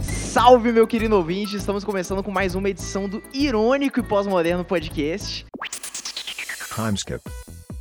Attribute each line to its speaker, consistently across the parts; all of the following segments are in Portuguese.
Speaker 1: Salve, meu querido ouvinte! Estamos começando com mais uma edição do Irônico e Pós-Moderno Podcast.
Speaker 2: Time skip.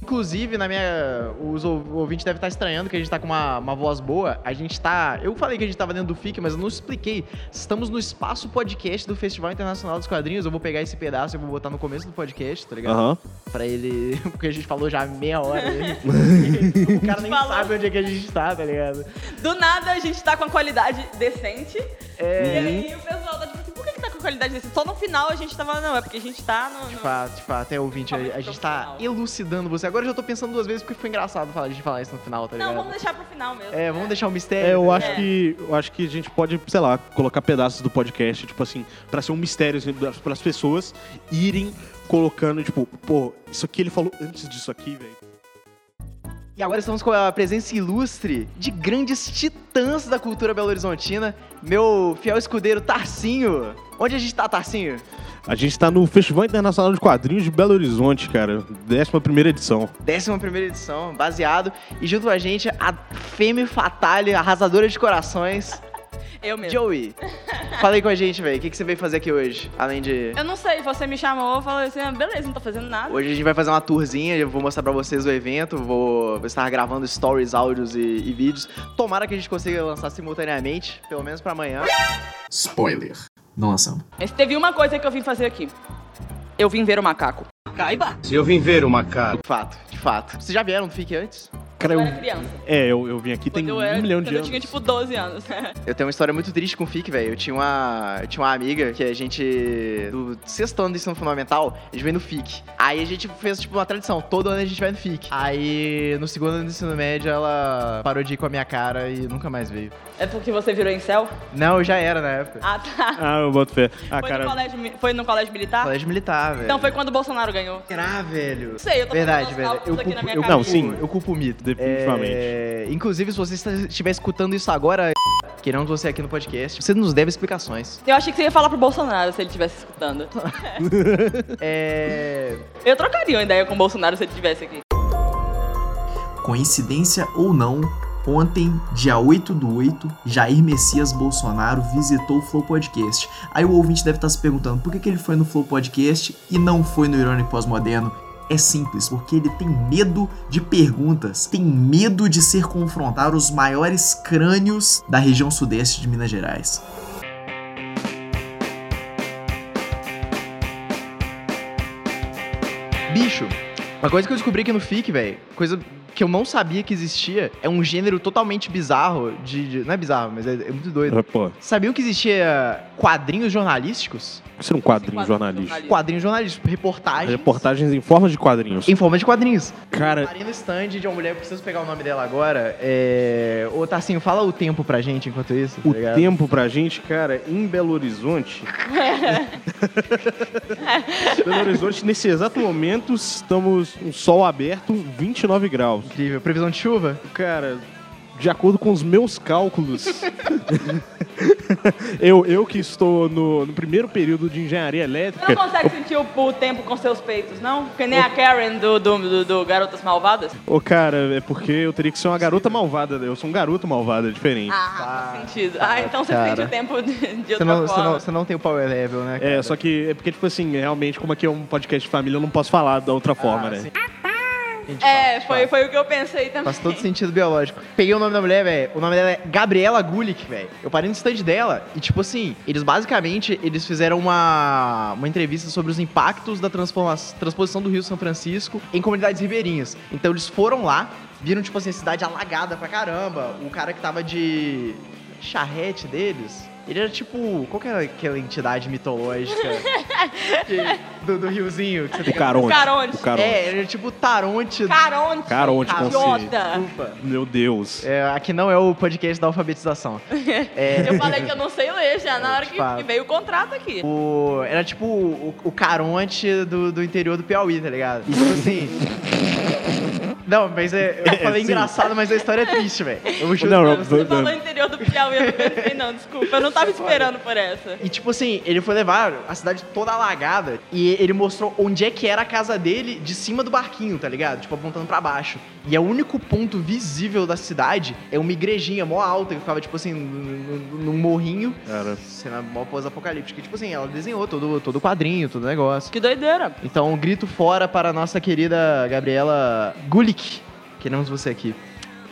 Speaker 1: Inclusive, na minha. Os ou- ouvintes devem estar estranhando que a gente tá com uma, uma voz boa. A gente tá. Eu falei que a gente tava dentro do FIC, mas eu não expliquei. Estamos no espaço podcast do Festival Internacional dos Quadrinhos. Eu vou pegar esse pedaço e vou botar no começo do podcast, tá ligado?
Speaker 2: Aham.
Speaker 1: Pra ele. Porque a gente falou já há meia hora. né? o cara nem
Speaker 3: Falou.
Speaker 1: sabe onde é que a gente tá, tá ligado?
Speaker 3: Do nada a gente tá com a qualidade decente.
Speaker 1: É.
Speaker 3: E aí o pessoal tá tipo assim, por que, que tá com a qualidade decente? Só no final a gente tava, não, é porque a gente tá no.
Speaker 1: De
Speaker 3: no...
Speaker 1: fato, de fato, é ouvinte, a, a gente tá elucidando você. Agora eu já tô pensando duas vezes porque foi engraçado falar, a gente falar isso no final, tá
Speaker 3: Não,
Speaker 1: ligado?
Speaker 3: vamos deixar pro final mesmo. né?
Speaker 1: É, vamos deixar o mistério.
Speaker 4: É, eu
Speaker 1: tá
Speaker 4: acho
Speaker 3: É.
Speaker 4: que eu acho que a gente pode, sei lá, colocar pedaços do podcast, tipo assim, pra ser um mistério assim, para as pessoas irem colocando, tipo, pô, isso aqui ele falou antes disso aqui, velho.
Speaker 1: E agora estamos com a presença ilustre de grandes titãs da cultura belo-horizontina, meu fiel escudeiro Tarcinho. Onde a gente tá, Tarcinho?
Speaker 4: A gente tá no Festival Internacional de Quadrinhos de Belo Horizonte, cara, 11 primeira edição.
Speaker 1: 11 primeira edição, baseado. E junto com a gente, a fêmea fatale, arrasadora de corações,
Speaker 3: Eu mesmo.
Speaker 1: Joey. Fala aí com a gente, velho. O que, que você veio fazer aqui hoje? Além de...
Speaker 3: Eu não sei, você me chamou, falou assim, ah, beleza, não tô fazendo nada.
Speaker 1: Hoje a gente vai fazer uma tourzinha, eu vou mostrar pra vocês o evento, vou estar gravando stories, áudios e, e vídeos. Tomara que a gente consiga lançar simultaneamente, pelo menos pra amanhã.
Speaker 5: Spoiler. Não lançamos.
Speaker 3: Mas teve uma coisa que eu vim fazer aqui. Eu vim ver o macaco. Caiba!
Speaker 6: Se eu vim ver o macaco,
Speaker 1: De fato, de fato. Vocês já vieram do FIC antes?
Speaker 4: Cara,
Speaker 3: Eu
Speaker 4: eu,
Speaker 3: era criança.
Speaker 4: é, eu, eu vim aqui tem
Speaker 3: Quando eu
Speaker 4: um
Speaker 3: era,
Speaker 4: milhão
Speaker 3: quando
Speaker 4: de
Speaker 3: eu
Speaker 4: anos.
Speaker 3: tinha tipo 12 anos.
Speaker 1: Eu tenho uma história muito triste com o FIC, velho. Eu tinha uma, eu tinha uma amiga que a gente, do sexto ano do ensino fundamental, a gente veio no FIC. Aí a gente fez, tipo, uma tradição. Todo ano a gente vai no FIC. Aí, no segundo ano do ensino médio, ela parou de ir com a minha cara e nunca mais veio.
Speaker 3: é porque você virou em céu?
Speaker 1: Não, eu já era na época.
Speaker 3: Ah, tá.
Speaker 4: Ah, eu boto fé. Ah,
Speaker 3: foi,
Speaker 4: cara,
Speaker 3: no colégio, mi- foi no colégio militar?
Speaker 1: Colégio militar, velho.
Speaker 3: Então foi quando o Bolsonaro ganhou.
Speaker 1: Será, velho?
Speaker 3: Não sei, eu tô
Speaker 1: Verdade,
Speaker 3: fazendo
Speaker 1: velho.
Speaker 3: os cálculos aqui na minha
Speaker 1: eu
Speaker 3: cabeça.
Speaker 4: Não, sim.
Speaker 1: eu culpo o mito.
Speaker 4: Definitivamente.
Speaker 1: É, Inclusive, se você está- estiver escutando isso agora, queremos você aqui no podcast, você nos deve explicações.
Speaker 3: Eu achei que você ia falar pro Bolsonaro se ele estivesse escutando.
Speaker 1: É...
Speaker 3: Eu trocaria uma ideia com o Bolsonaro se ele estivesse aqui.
Speaker 5: Coincidência ou não, ontem, dia 8 do 8, Jair Messias Bolsonaro visitou o Flow Podcast. Aí o ouvinte deve estar se perguntando por que, que ele foi no Flow Podcast e não foi no Irônico Pós-Moderno. É simples, porque ele tem medo de perguntas, tem medo de ser confrontado os maiores crânios da região sudeste de Minas Gerais.
Speaker 1: Bicho, uma coisa que eu descobri aqui no FIC, velho, coisa que eu não sabia que existia, é um gênero totalmente bizarro de... de- Não é bizarro, mas é, é muito doido.
Speaker 4: pô,
Speaker 1: Sabia que existia quadrinhos jornalísticos?
Speaker 4: isso é um quadrinho jornalístico.
Speaker 1: Quadrinhos jornalísticos, reportagens...
Speaker 4: Reportagens em forma de quadrinhos.
Speaker 1: Em forma de quadrinhos.
Speaker 4: Cara,
Speaker 1: Marina Stand de uma mulher, eu preciso pegar o nome dela agora. É... Ô, Tarcinho, fala o tempo pra gente enquanto isso. tá
Speaker 4: o
Speaker 1: ligado?
Speaker 4: tempo pra gente, cara, em Belo Horizonte. Belo Horizonte, nesse exato momento, estamos um sol aberto, 29 graus.
Speaker 1: Incrível. Previsão de chuva?
Speaker 4: Cara, de acordo com os meus cálculos. eu, eu que estou no, no primeiro período de engenharia
Speaker 3: Você não
Speaker 4: elétrica.
Speaker 3: consegue sentir o, o tempo com seus peitos, não? Que nem a Karen do, do, do- do Garotas Malvadas?
Speaker 4: Ô, cara, é porque eu teria que ser uma garota malvada. né? Eu sou um garoto malvado, é diferente.
Speaker 3: Ah, faz sentido. Ah, então você
Speaker 1: cara.
Speaker 3: sente o tempo de, de
Speaker 1: Você
Speaker 3: outra
Speaker 1: não, você,
Speaker 3: forma.
Speaker 1: não, você não tem o power level, né?
Speaker 4: É, só que é porque, tipo assim, realmente, como aqui é um podcast de família, eu não posso falar da outra forma,
Speaker 1: Ah,
Speaker 4: né?
Speaker 3: Ah, É, foi, foi o que eu pensei também.
Speaker 1: Faz todo sentido biológico. Peguei o nome da mulher, velho. O nome dela é Gabriela Gulick, velho. Eu parei no stand dela e, tipo assim, eles basicamente eles fizeram uma, uma entrevista sobre os impactos da transforma- transposição do Rio São Francisco em comunidades ribeirinhas. Então eles foram lá, viram, tipo assim, a cidade alagada pra caramba. O cara que tava de charrete deles. Ele era tipo. Qual que era aquela entidade mitológica que- do, do riozinho que você tem
Speaker 4: O
Speaker 1: que-
Speaker 4: Caronte.
Speaker 3: Caronte.
Speaker 4: O Caronte.
Speaker 1: É, era tipo Taronte.
Speaker 3: Caronte.
Speaker 4: Caronte, consciente.
Speaker 3: Idiota.
Speaker 1: Desculpa.
Speaker 4: Meu Deus.
Speaker 1: É, aqui não é o podcast da alfabetização. É,
Speaker 3: Eu falei que eu não sei ler já na hora que,
Speaker 1: Fala.
Speaker 3: que veio o contrato aqui.
Speaker 1: O- era tipo o, o caronte do, do interior do Piauí, tá ligado? Tipo assim. Não, mas é, eu
Speaker 4: É,
Speaker 1: falei
Speaker 4: sim.
Speaker 1: engraçado, mas a história é triste, velho. Eu juro
Speaker 4: Não,
Speaker 1: pra
Speaker 4: não,
Speaker 1: você.
Speaker 3: Você
Speaker 4: Verdade.
Speaker 3: falou interior do Piauí, eu não pensei, não, desculpa. Eu não tava esperando por essa.
Speaker 1: E tipo assim, ele foi levar a cidade toda alagada e ele mostrou onde é que era a casa dele de cima do barquinho, tá ligado? Tipo, apontando pra baixo. E é o único ponto visível da cidade é uma igrejinha mó alta que ficava, tipo assim, num- num num morrinho.
Speaker 4: Cara.
Speaker 1: Cena mó pós-apocalíptica. E, Tipo assim, ela desenhou todo, todo o quadrinho, todo o negócio.
Speaker 3: Que doideira.
Speaker 1: Então, um grito fora para a nossa querida Gabriela Gulick. Queremos você aqui.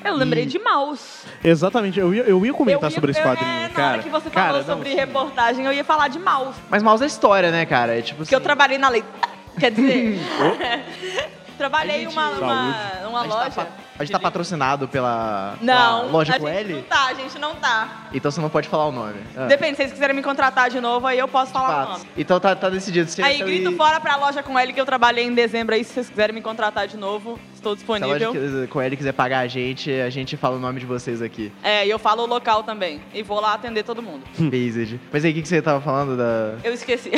Speaker 3: Eu lembrei
Speaker 1: E-
Speaker 3: de Maus.
Speaker 4: Exatamente, eu ia, eu ia comentar
Speaker 3: Eu ia-
Speaker 4: sobre esse
Speaker 3: eu-
Speaker 4: quadrinho,
Speaker 3: é, na
Speaker 4: cara.
Speaker 3: hora que você
Speaker 4: cara,
Speaker 3: falou
Speaker 4: não,
Speaker 3: sobre
Speaker 4: assim,
Speaker 3: reportagem, eu ia falar de Maus.
Speaker 1: Mas mouse é história, né, cara? É tipo
Speaker 3: Porque eu
Speaker 1: assim,
Speaker 3: trabalhei na lei. Quer dizer. trabalhei
Speaker 1: A gente-
Speaker 3: uma, uma, uma
Speaker 1: a gente tá
Speaker 3: loja.
Speaker 1: pa- a gente tá patrocinado pela
Speaker 3: Não,
Speaker 1: pela loja
Speaker 3: a
Speaker 1: com
Speaker 3: gente
Speaker 1: L,
Speaker 3: não tá, a gente não tá.
Speaker 1: então você não pode falar o nome. Ah,
Speaker 3: Depende, se vocês quiserem me contratar de novo, aí eu posso falar o
Speaker 1: fatos.
Speaker 3: nome.
Speaker 1: Então tá, tá decidido. Se,
Speaker 3: Aí,
Speaker 1: se
Speaker 3: grito
Speaker 1: ele-
Speaker 3: fora pra loja com L que eu trabalhei em dezembro aí, se vocês quiserem me contratar de novo, estou
Speaker 1: se a loja
Speaker 3: disponível.
Speaker 1: que- com L quiser pagar a gente, a gente fala o nome de vocês aqui.
Speaker 3: É, e eu falo o local também. E vou lá atender todo mundo.
Speaker 1: Based. Mas aí, o que, que você tava falando da...
Speaker 3: Eu esqueci.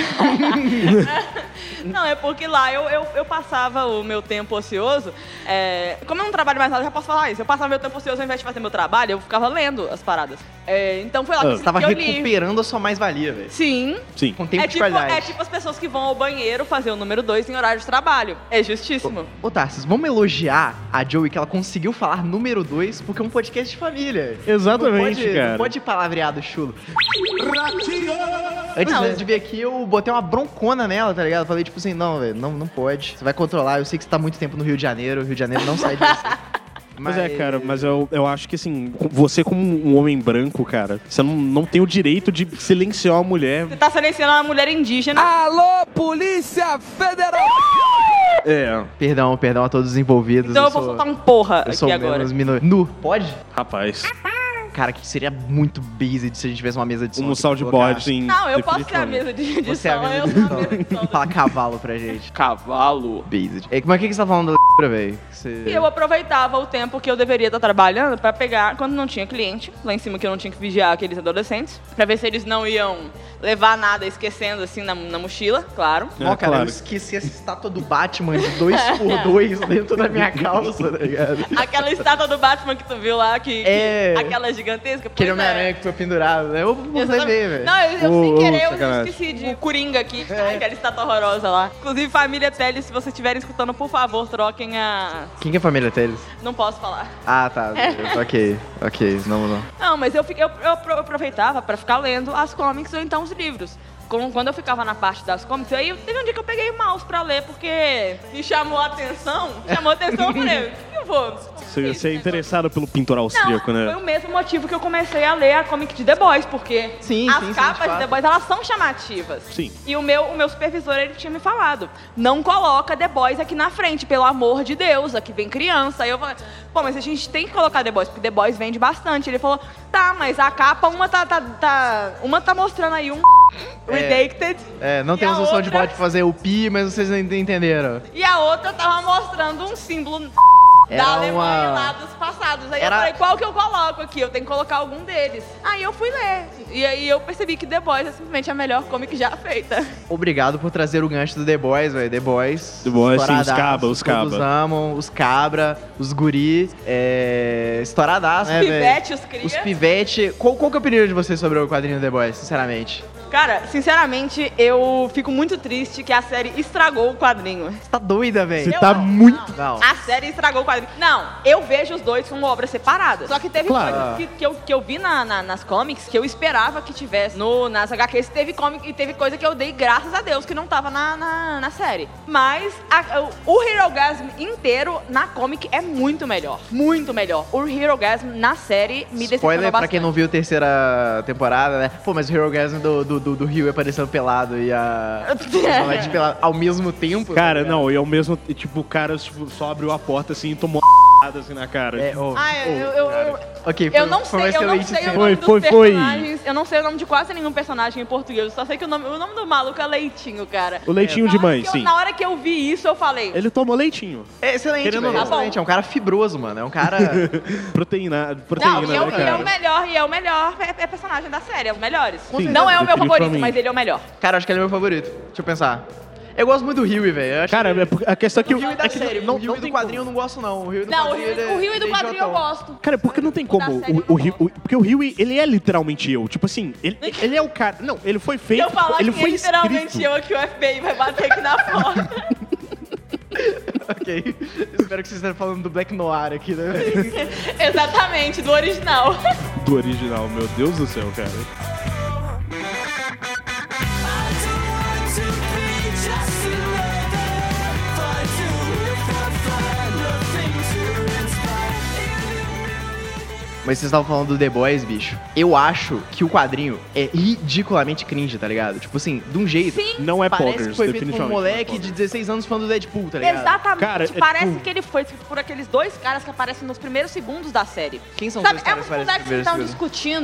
Speaker 3: não, é porque lá eu, eu, eu passava o meu tempo ocioso. é, como eu não trabalho mais nada, eu já posso falar isso. Eu passava meu tempo ocioso, ao invés de fazer meu trabalho, eu ficava lendo as paradas. É, então foi lá
Speaker 4: Ah,
Speaker 3: que,
Speaker 1: Você tava
Speaker 3: que eu li.
Speaker 1: recuperando a sua mais-valia, velho.
Speaker 3: Sim.
Speaker 4: Sim.
Speaker 1: Com tempo
Speaker 3: É
Speaker 1: de
Speaker 3: tipo,
Speaker 1: qualidade.
Speaker 3: é tipo as pessoas que vão ao banheiro fazer o número 2 em horário de trabalho. É justíssimo.
Speaker 1: Ô, Tarsis, vamos elogiar a Joey que ela conseguiu falar número 2 porque é um podcast de família.
Speaker 4: Exatamente,
Speaker 1: não pode,
Speaker 4: cara.
Speaker 1: Não pode palavreado chulo. Antes
Speaker 3: Não.
Speaker 1: mesmo de vir aqui, eu botei uma broncona nela, tá ligado? Falei, tipo assim, não, velho, não, não pode. Você vai controlar, eu sei que você tá muito tempo no Rio de Janeiro, o Rio de Janeiro não sai de você.
Speaker 4: Mas é, cara, mas eu, eu acho que assim, você como um homem branco, cara, você não, não tem o direito de silenciar uma mulher.
Speaker 3: Você tá silenciando uma mulher indígena.
Speaker 1: Ah,
Speaker 6: Alô, Polícia Federal!
Speaker 4: É,
Speaker 1: Perdão, perdão a todos os envolvidos.
Speaker 3: então eu, vou
Speaker 1: sou-
Speaker 3: soltar um porra
Speaker 1: Eu
Speaker 3: aqui
Speaker 1: sou
Speaker 3: agora.
Speaker 1: menos minor... Nu, pode?
Speaker 4: rapaz.
Speaker 3: Ah.
Speaker 1: Cara, que seria muito busy se a gente tivesse uma mesa de som.
Speaker 4: Um
Speaker 1: aqui pra
Speaker 4: soundboard
Speaker 1: colocar.
Speaker 4: em.
Speaker 3: Não, eu posso ser a
Speaker 4: definitivamente.
Speaker 3: mesa de, de
Speaker 1: Você é a
Speaker 3: som,
Speaker 1: mesa
Speaker 3: eu
Speaker 1: de Tá,
Speaker 3: sou a
Speaker 1: som.
Speaker 3: mesa de som.
Speaker 1: Fala cavalo pra gente.
Speaker 6: Cavalo.
Speaker 1: Based. É, mas o que, que você tá falando da velho? Que você-
Speaker 3: E eu aproveitava o tempo que eu deveria estar trabalhando pra pegar, quando não tinha cliente, lá em cima que eu não tinha que vigiar aqueles adolescentes, pra ver se eles não iam levar nada esquecendo assim na, na mochila, claro.
Speaker 1: Ó,
Speaker 4: É,
Speaker 1: cara, eu
Speaker 4: claro.
Speaker 1: esqueci essa estátua do Batman de 2x2 dentro da minha calça, tá ligado?
Speaker 3: Aquela estátua do Batman que tu viu lá, que, que-
Speaker 1: É.
Speaker 3: aquela gigantesca.
Speaker 1: Aquele
Speaker 3: pois é.
Speaker 1: Homem-Aranha que foi pendurado, né? Eu vou
Speaker 3: Exatamente.
Speaker 1: ver, velho.
Speaker 3: Não, eu, eu
Speaker 4: Ô,
Speaker 3: sem
Speaker 4: ô,
Speaker 3: querer, eu
Speaker 4: sacanagem.
Speaker 3: esqueci de Coringa aqui, Ai, aquela estátua horrorosa lá. Inclusive, família Teles, se vocês estiverem escutando, por favor, troquem a...
Speaker 1: Quem que é a família Teles?
Speaker 3: Não posso falar.
Speaker 1: Ah, tá.
Speaker 3: É.
Speaker 1: Ok, ok. Não, não.
Speaker 3: Não, mas eu, fiquei- eu, eu apro- aproveitava pra ficar lendo as comics ou então os livros. Com- Quando eu ficava na parte das comics, aí teve um dia que eu peguei mouse pra ler, porque me chamou a atenção. Chamou a atenção, eu falei, o que que eu vou? né?"
Speaker 4: Você, você é interessado pelo pintor
Speaker 3: Não,
Speaker 4: austríaco,
Speaker 3: foi
Speaker 4: né?
Speaker 3: o mesmo motivo que eu comecei a ler a comic de The Boys, porque
Speaker 1: Sim,
Speaker 3: as
Speaker 1: sim, sim, de
Speaker 3: capas de,
Speaker 1: fato.
Speaker 3: The Boys, elas são chamativas.
Speaker 4: Sim.
Speaker 3: E o meu, o meu supervisor, ele tinha me falado, não coloca The Boys aqui na frente, pelo amor de Deus, aqui vem criança. Aí eu falei, pô, mas a gente tem que colocar The Boys, porque The Boys vende bastante. Ele falou, tá, mas a capa, uma tá, tá, tá- uma tá mostrando aí um... Redacted.
Speaker 1: É, não
Speaker 3: E
Speaker 1: temos
Speaker 3: a
Speaker 1: o soundboard
Speaker 3: outra-
Speaker 1: de fazer o pi, mas vocês não ent- entenderam.
Speaker 3: E a outra tava mostrando um símbolo
Speaker 1: Era
Speaker 3: da Alemanha
Speaker 1: uma-
Speaker 3: lá dos passados. Aí
Speaker 1: Era-
Speaker 3: eu falei, qual que eu coloco aqui? Eu tenho que colocar algum deles. Aí eu fui ler. E aí eu percebi que The Boys é simplesmente a melhor comic já feita.
Speaker 1: É, Obrigado por trazer o gancho do The Boys, velho. The Boys.
Speaker 4: The Boys, sim, os
Speaker 1: estouradaço,
Speaker 4: caba, os
Speaker 1: todos
Speaker 4: caba.
Speaker 1: amam, os cabra, os guri, é... Estouradaço, né, velho?
Speaker 3: Pivete, os cria.
Speaker 1: Os pivete. Qual, qual que é a opinião de vocês sobre o quadrinho The Boys, sinceramente?
Speaker 3: Cara, sinceramente, eu fico muito triste que a série estragou o quadrinho.
Speaker 1: Você tá doida, velho?
Speaker 4: Você tá muito.
Speaker 1: Não.
Speaker 3: A série estragou o quadrinho. Não, eu vejo os dois como obras separadas. Só que teve
Speaker 4: Claro.
Speaker 3: coisas que, que eu, que eu vi na- na- nas comics que eu esperava que tivesse no, nas HQs. Teve comic e teve coisa que eu dei graças a Deus que não tava na, na, na série. Mas a- o, o Herogasm inteiro na comic é muito melhor. Muito melhor. O Herogasm na série me decepcionou
Speaker 1: Spoiler pra
Speaker 3: bastante.
Speaker 1: quem não viu a terceira temporada, né? Pô, mas o Hero Gasm do, do, do, do Rio apareceu pelado e a. a
Speaker 3: É.
Speaker 1: Valete pelado ao mesmo tempo.
Speaker 4: Cara,
Speaker 1: tá ligado?
Speaker 4: não, e ao mesmo tipo, o cara tipo, só abriu a porta assim e tomou uma porrada, assim na cara.
Speaker 1: É, ô,
Speaker 3: Ah, eu,
Speaker 1: ô,
Speaker 3: eu- eu-
Speaker 1: ok, foi, um-
Speaker 3: Eu não
Speaker 1: foi uma
Speaker 3: sei, eu não
Speaker 1: excelente
Speaker 3: sei o
Speaker 1: cena.
Speaker 4: Foi,
Speaker 3: nome dos
Speaker 4: foi, foi.
Speaker 3: personagens. Eu não sei o nome de quase nenhum personagem em português. Eu só sei que o nome, o nome do maluco é Leitinho, cara.
Speaker 4: O leitinho de
Speaker 3: Na hora
Speaker 4: mãe,
Speaker 3: É, que eu-
Speaker 4: sim.
Speaker 3: Na hora que eu vi isso, eu falei.
Speaker 4: Ele tomou leitinho.
Speaker 1: É excelente,
Speaker 4: Querendo ou
Speaker 1: velho,
Speaker 4: não.
Speaker 3: Tá
Speaker 1: excelente. É um cara fibroso, mano. É um cara.
Speaker 4: Proteína, proteína
Speaker 3: Não, e
Speaker 4: né,
Speaker 3: é, o- e é
Speaker 4: cara?
Speaker 3: o melhor, e é o melhor é, é personagem da série, é os melhores.
Speaker 4: Sim,
Speaker 3: não é o meu
Speaker 4: definitivamente.
Speaker 3: favorito, mas ele é o melhor.
Speaker 1: cara, acho que ele é meu favorito. Deixa eu pensar. Eu gosto muito do Rio, velho. Eu acho
Speaker 4: Cara, é porque- a questão é
Speaker 1: que
Speaker 4: que.
Speaker 1: o Rio é
Speaker 4: é
Speaker 1: da
Speaker 4: que
Speaker 1: série.
Speaker 4: não-
Speaker 1: o Rio
Speaker 4: não
Speaker 1: do
Speaker 4: tem
Speaker 1: quadrinho eu não gosto, não. O Rio do
Speaker 3: Não, o
Speaker 1: quadrinho,
Speaker 3: Rio,
Speaker 1: ele é
Speaker 3: o Rio e do
Speaker 1: bem
Speaker 3: quadrinho eu
Speaker 1: idiotão.
Speaker 3: gosto.
Speaker 4: Cara, porque não tem
Speaker 3: Da
Speaker 4: como.
Speaker 3: série
Speaker 4: O, o
Speaker 3: eu
Speaker 4: Rio, o-
Speaker 3: gosto.
Speaker 4: porque o Rio, ele é literalmente eu. Tipo assim, ele, ele é o cara. Não, ele foi
Speaker 3: Se
Speaker 4: feito.
Speaker 3: eu falar
Speaker 4: ele
Speaker 3: que
Speaker 4: foi
Speaker 3: é literalmente
Speaker 4: escrito.
Speaker 3: eu aqui, o FBI vai bater aqui na porta.
Speaker 1: Ok. Espero que vocês estejam falando do Black Noir aqui, né? velho?
Speaker 3: Exatamente, do original.
Speaker 4: Do original, meu Deus do céu, cara.
Speaker 1: Mas vocês estavam falando do The Boys, bicho. Eu acho que o quadrinho é ridiculamente cringe, tá ligado? Tipo assim, de um jeito.
Speaker 3: Sim,
Speaker 4: Não é
Speaker 1: Parece
Speaker 4: Poggers,
Speaker 1: que foi feito por um
Speaker 4: definitivamente. não é
Speaker 1: moleque de
Speaker 4: poggers.
Speaker 1: 16 anos fã do Deadpool, tá ligado?
Speaker 3: exatamente.
Speaker 4: Cara, é
Speaker 3: parece
Speaker 4: tipo-
Speaker 3: que ele foi escrito por aqueles dois caras que aparecem nos primeiros segundos da série.
Speaker 1: Quem são os
Speaker 3: Sabe,
Speaker 1: dois
Speaker 3: é
Speaker 1: caras
Speaker 3: uma
Speaker 1: que parecem
Speaker 3: conversa que
Speaker 1: primeiros
Speaker 3: estavam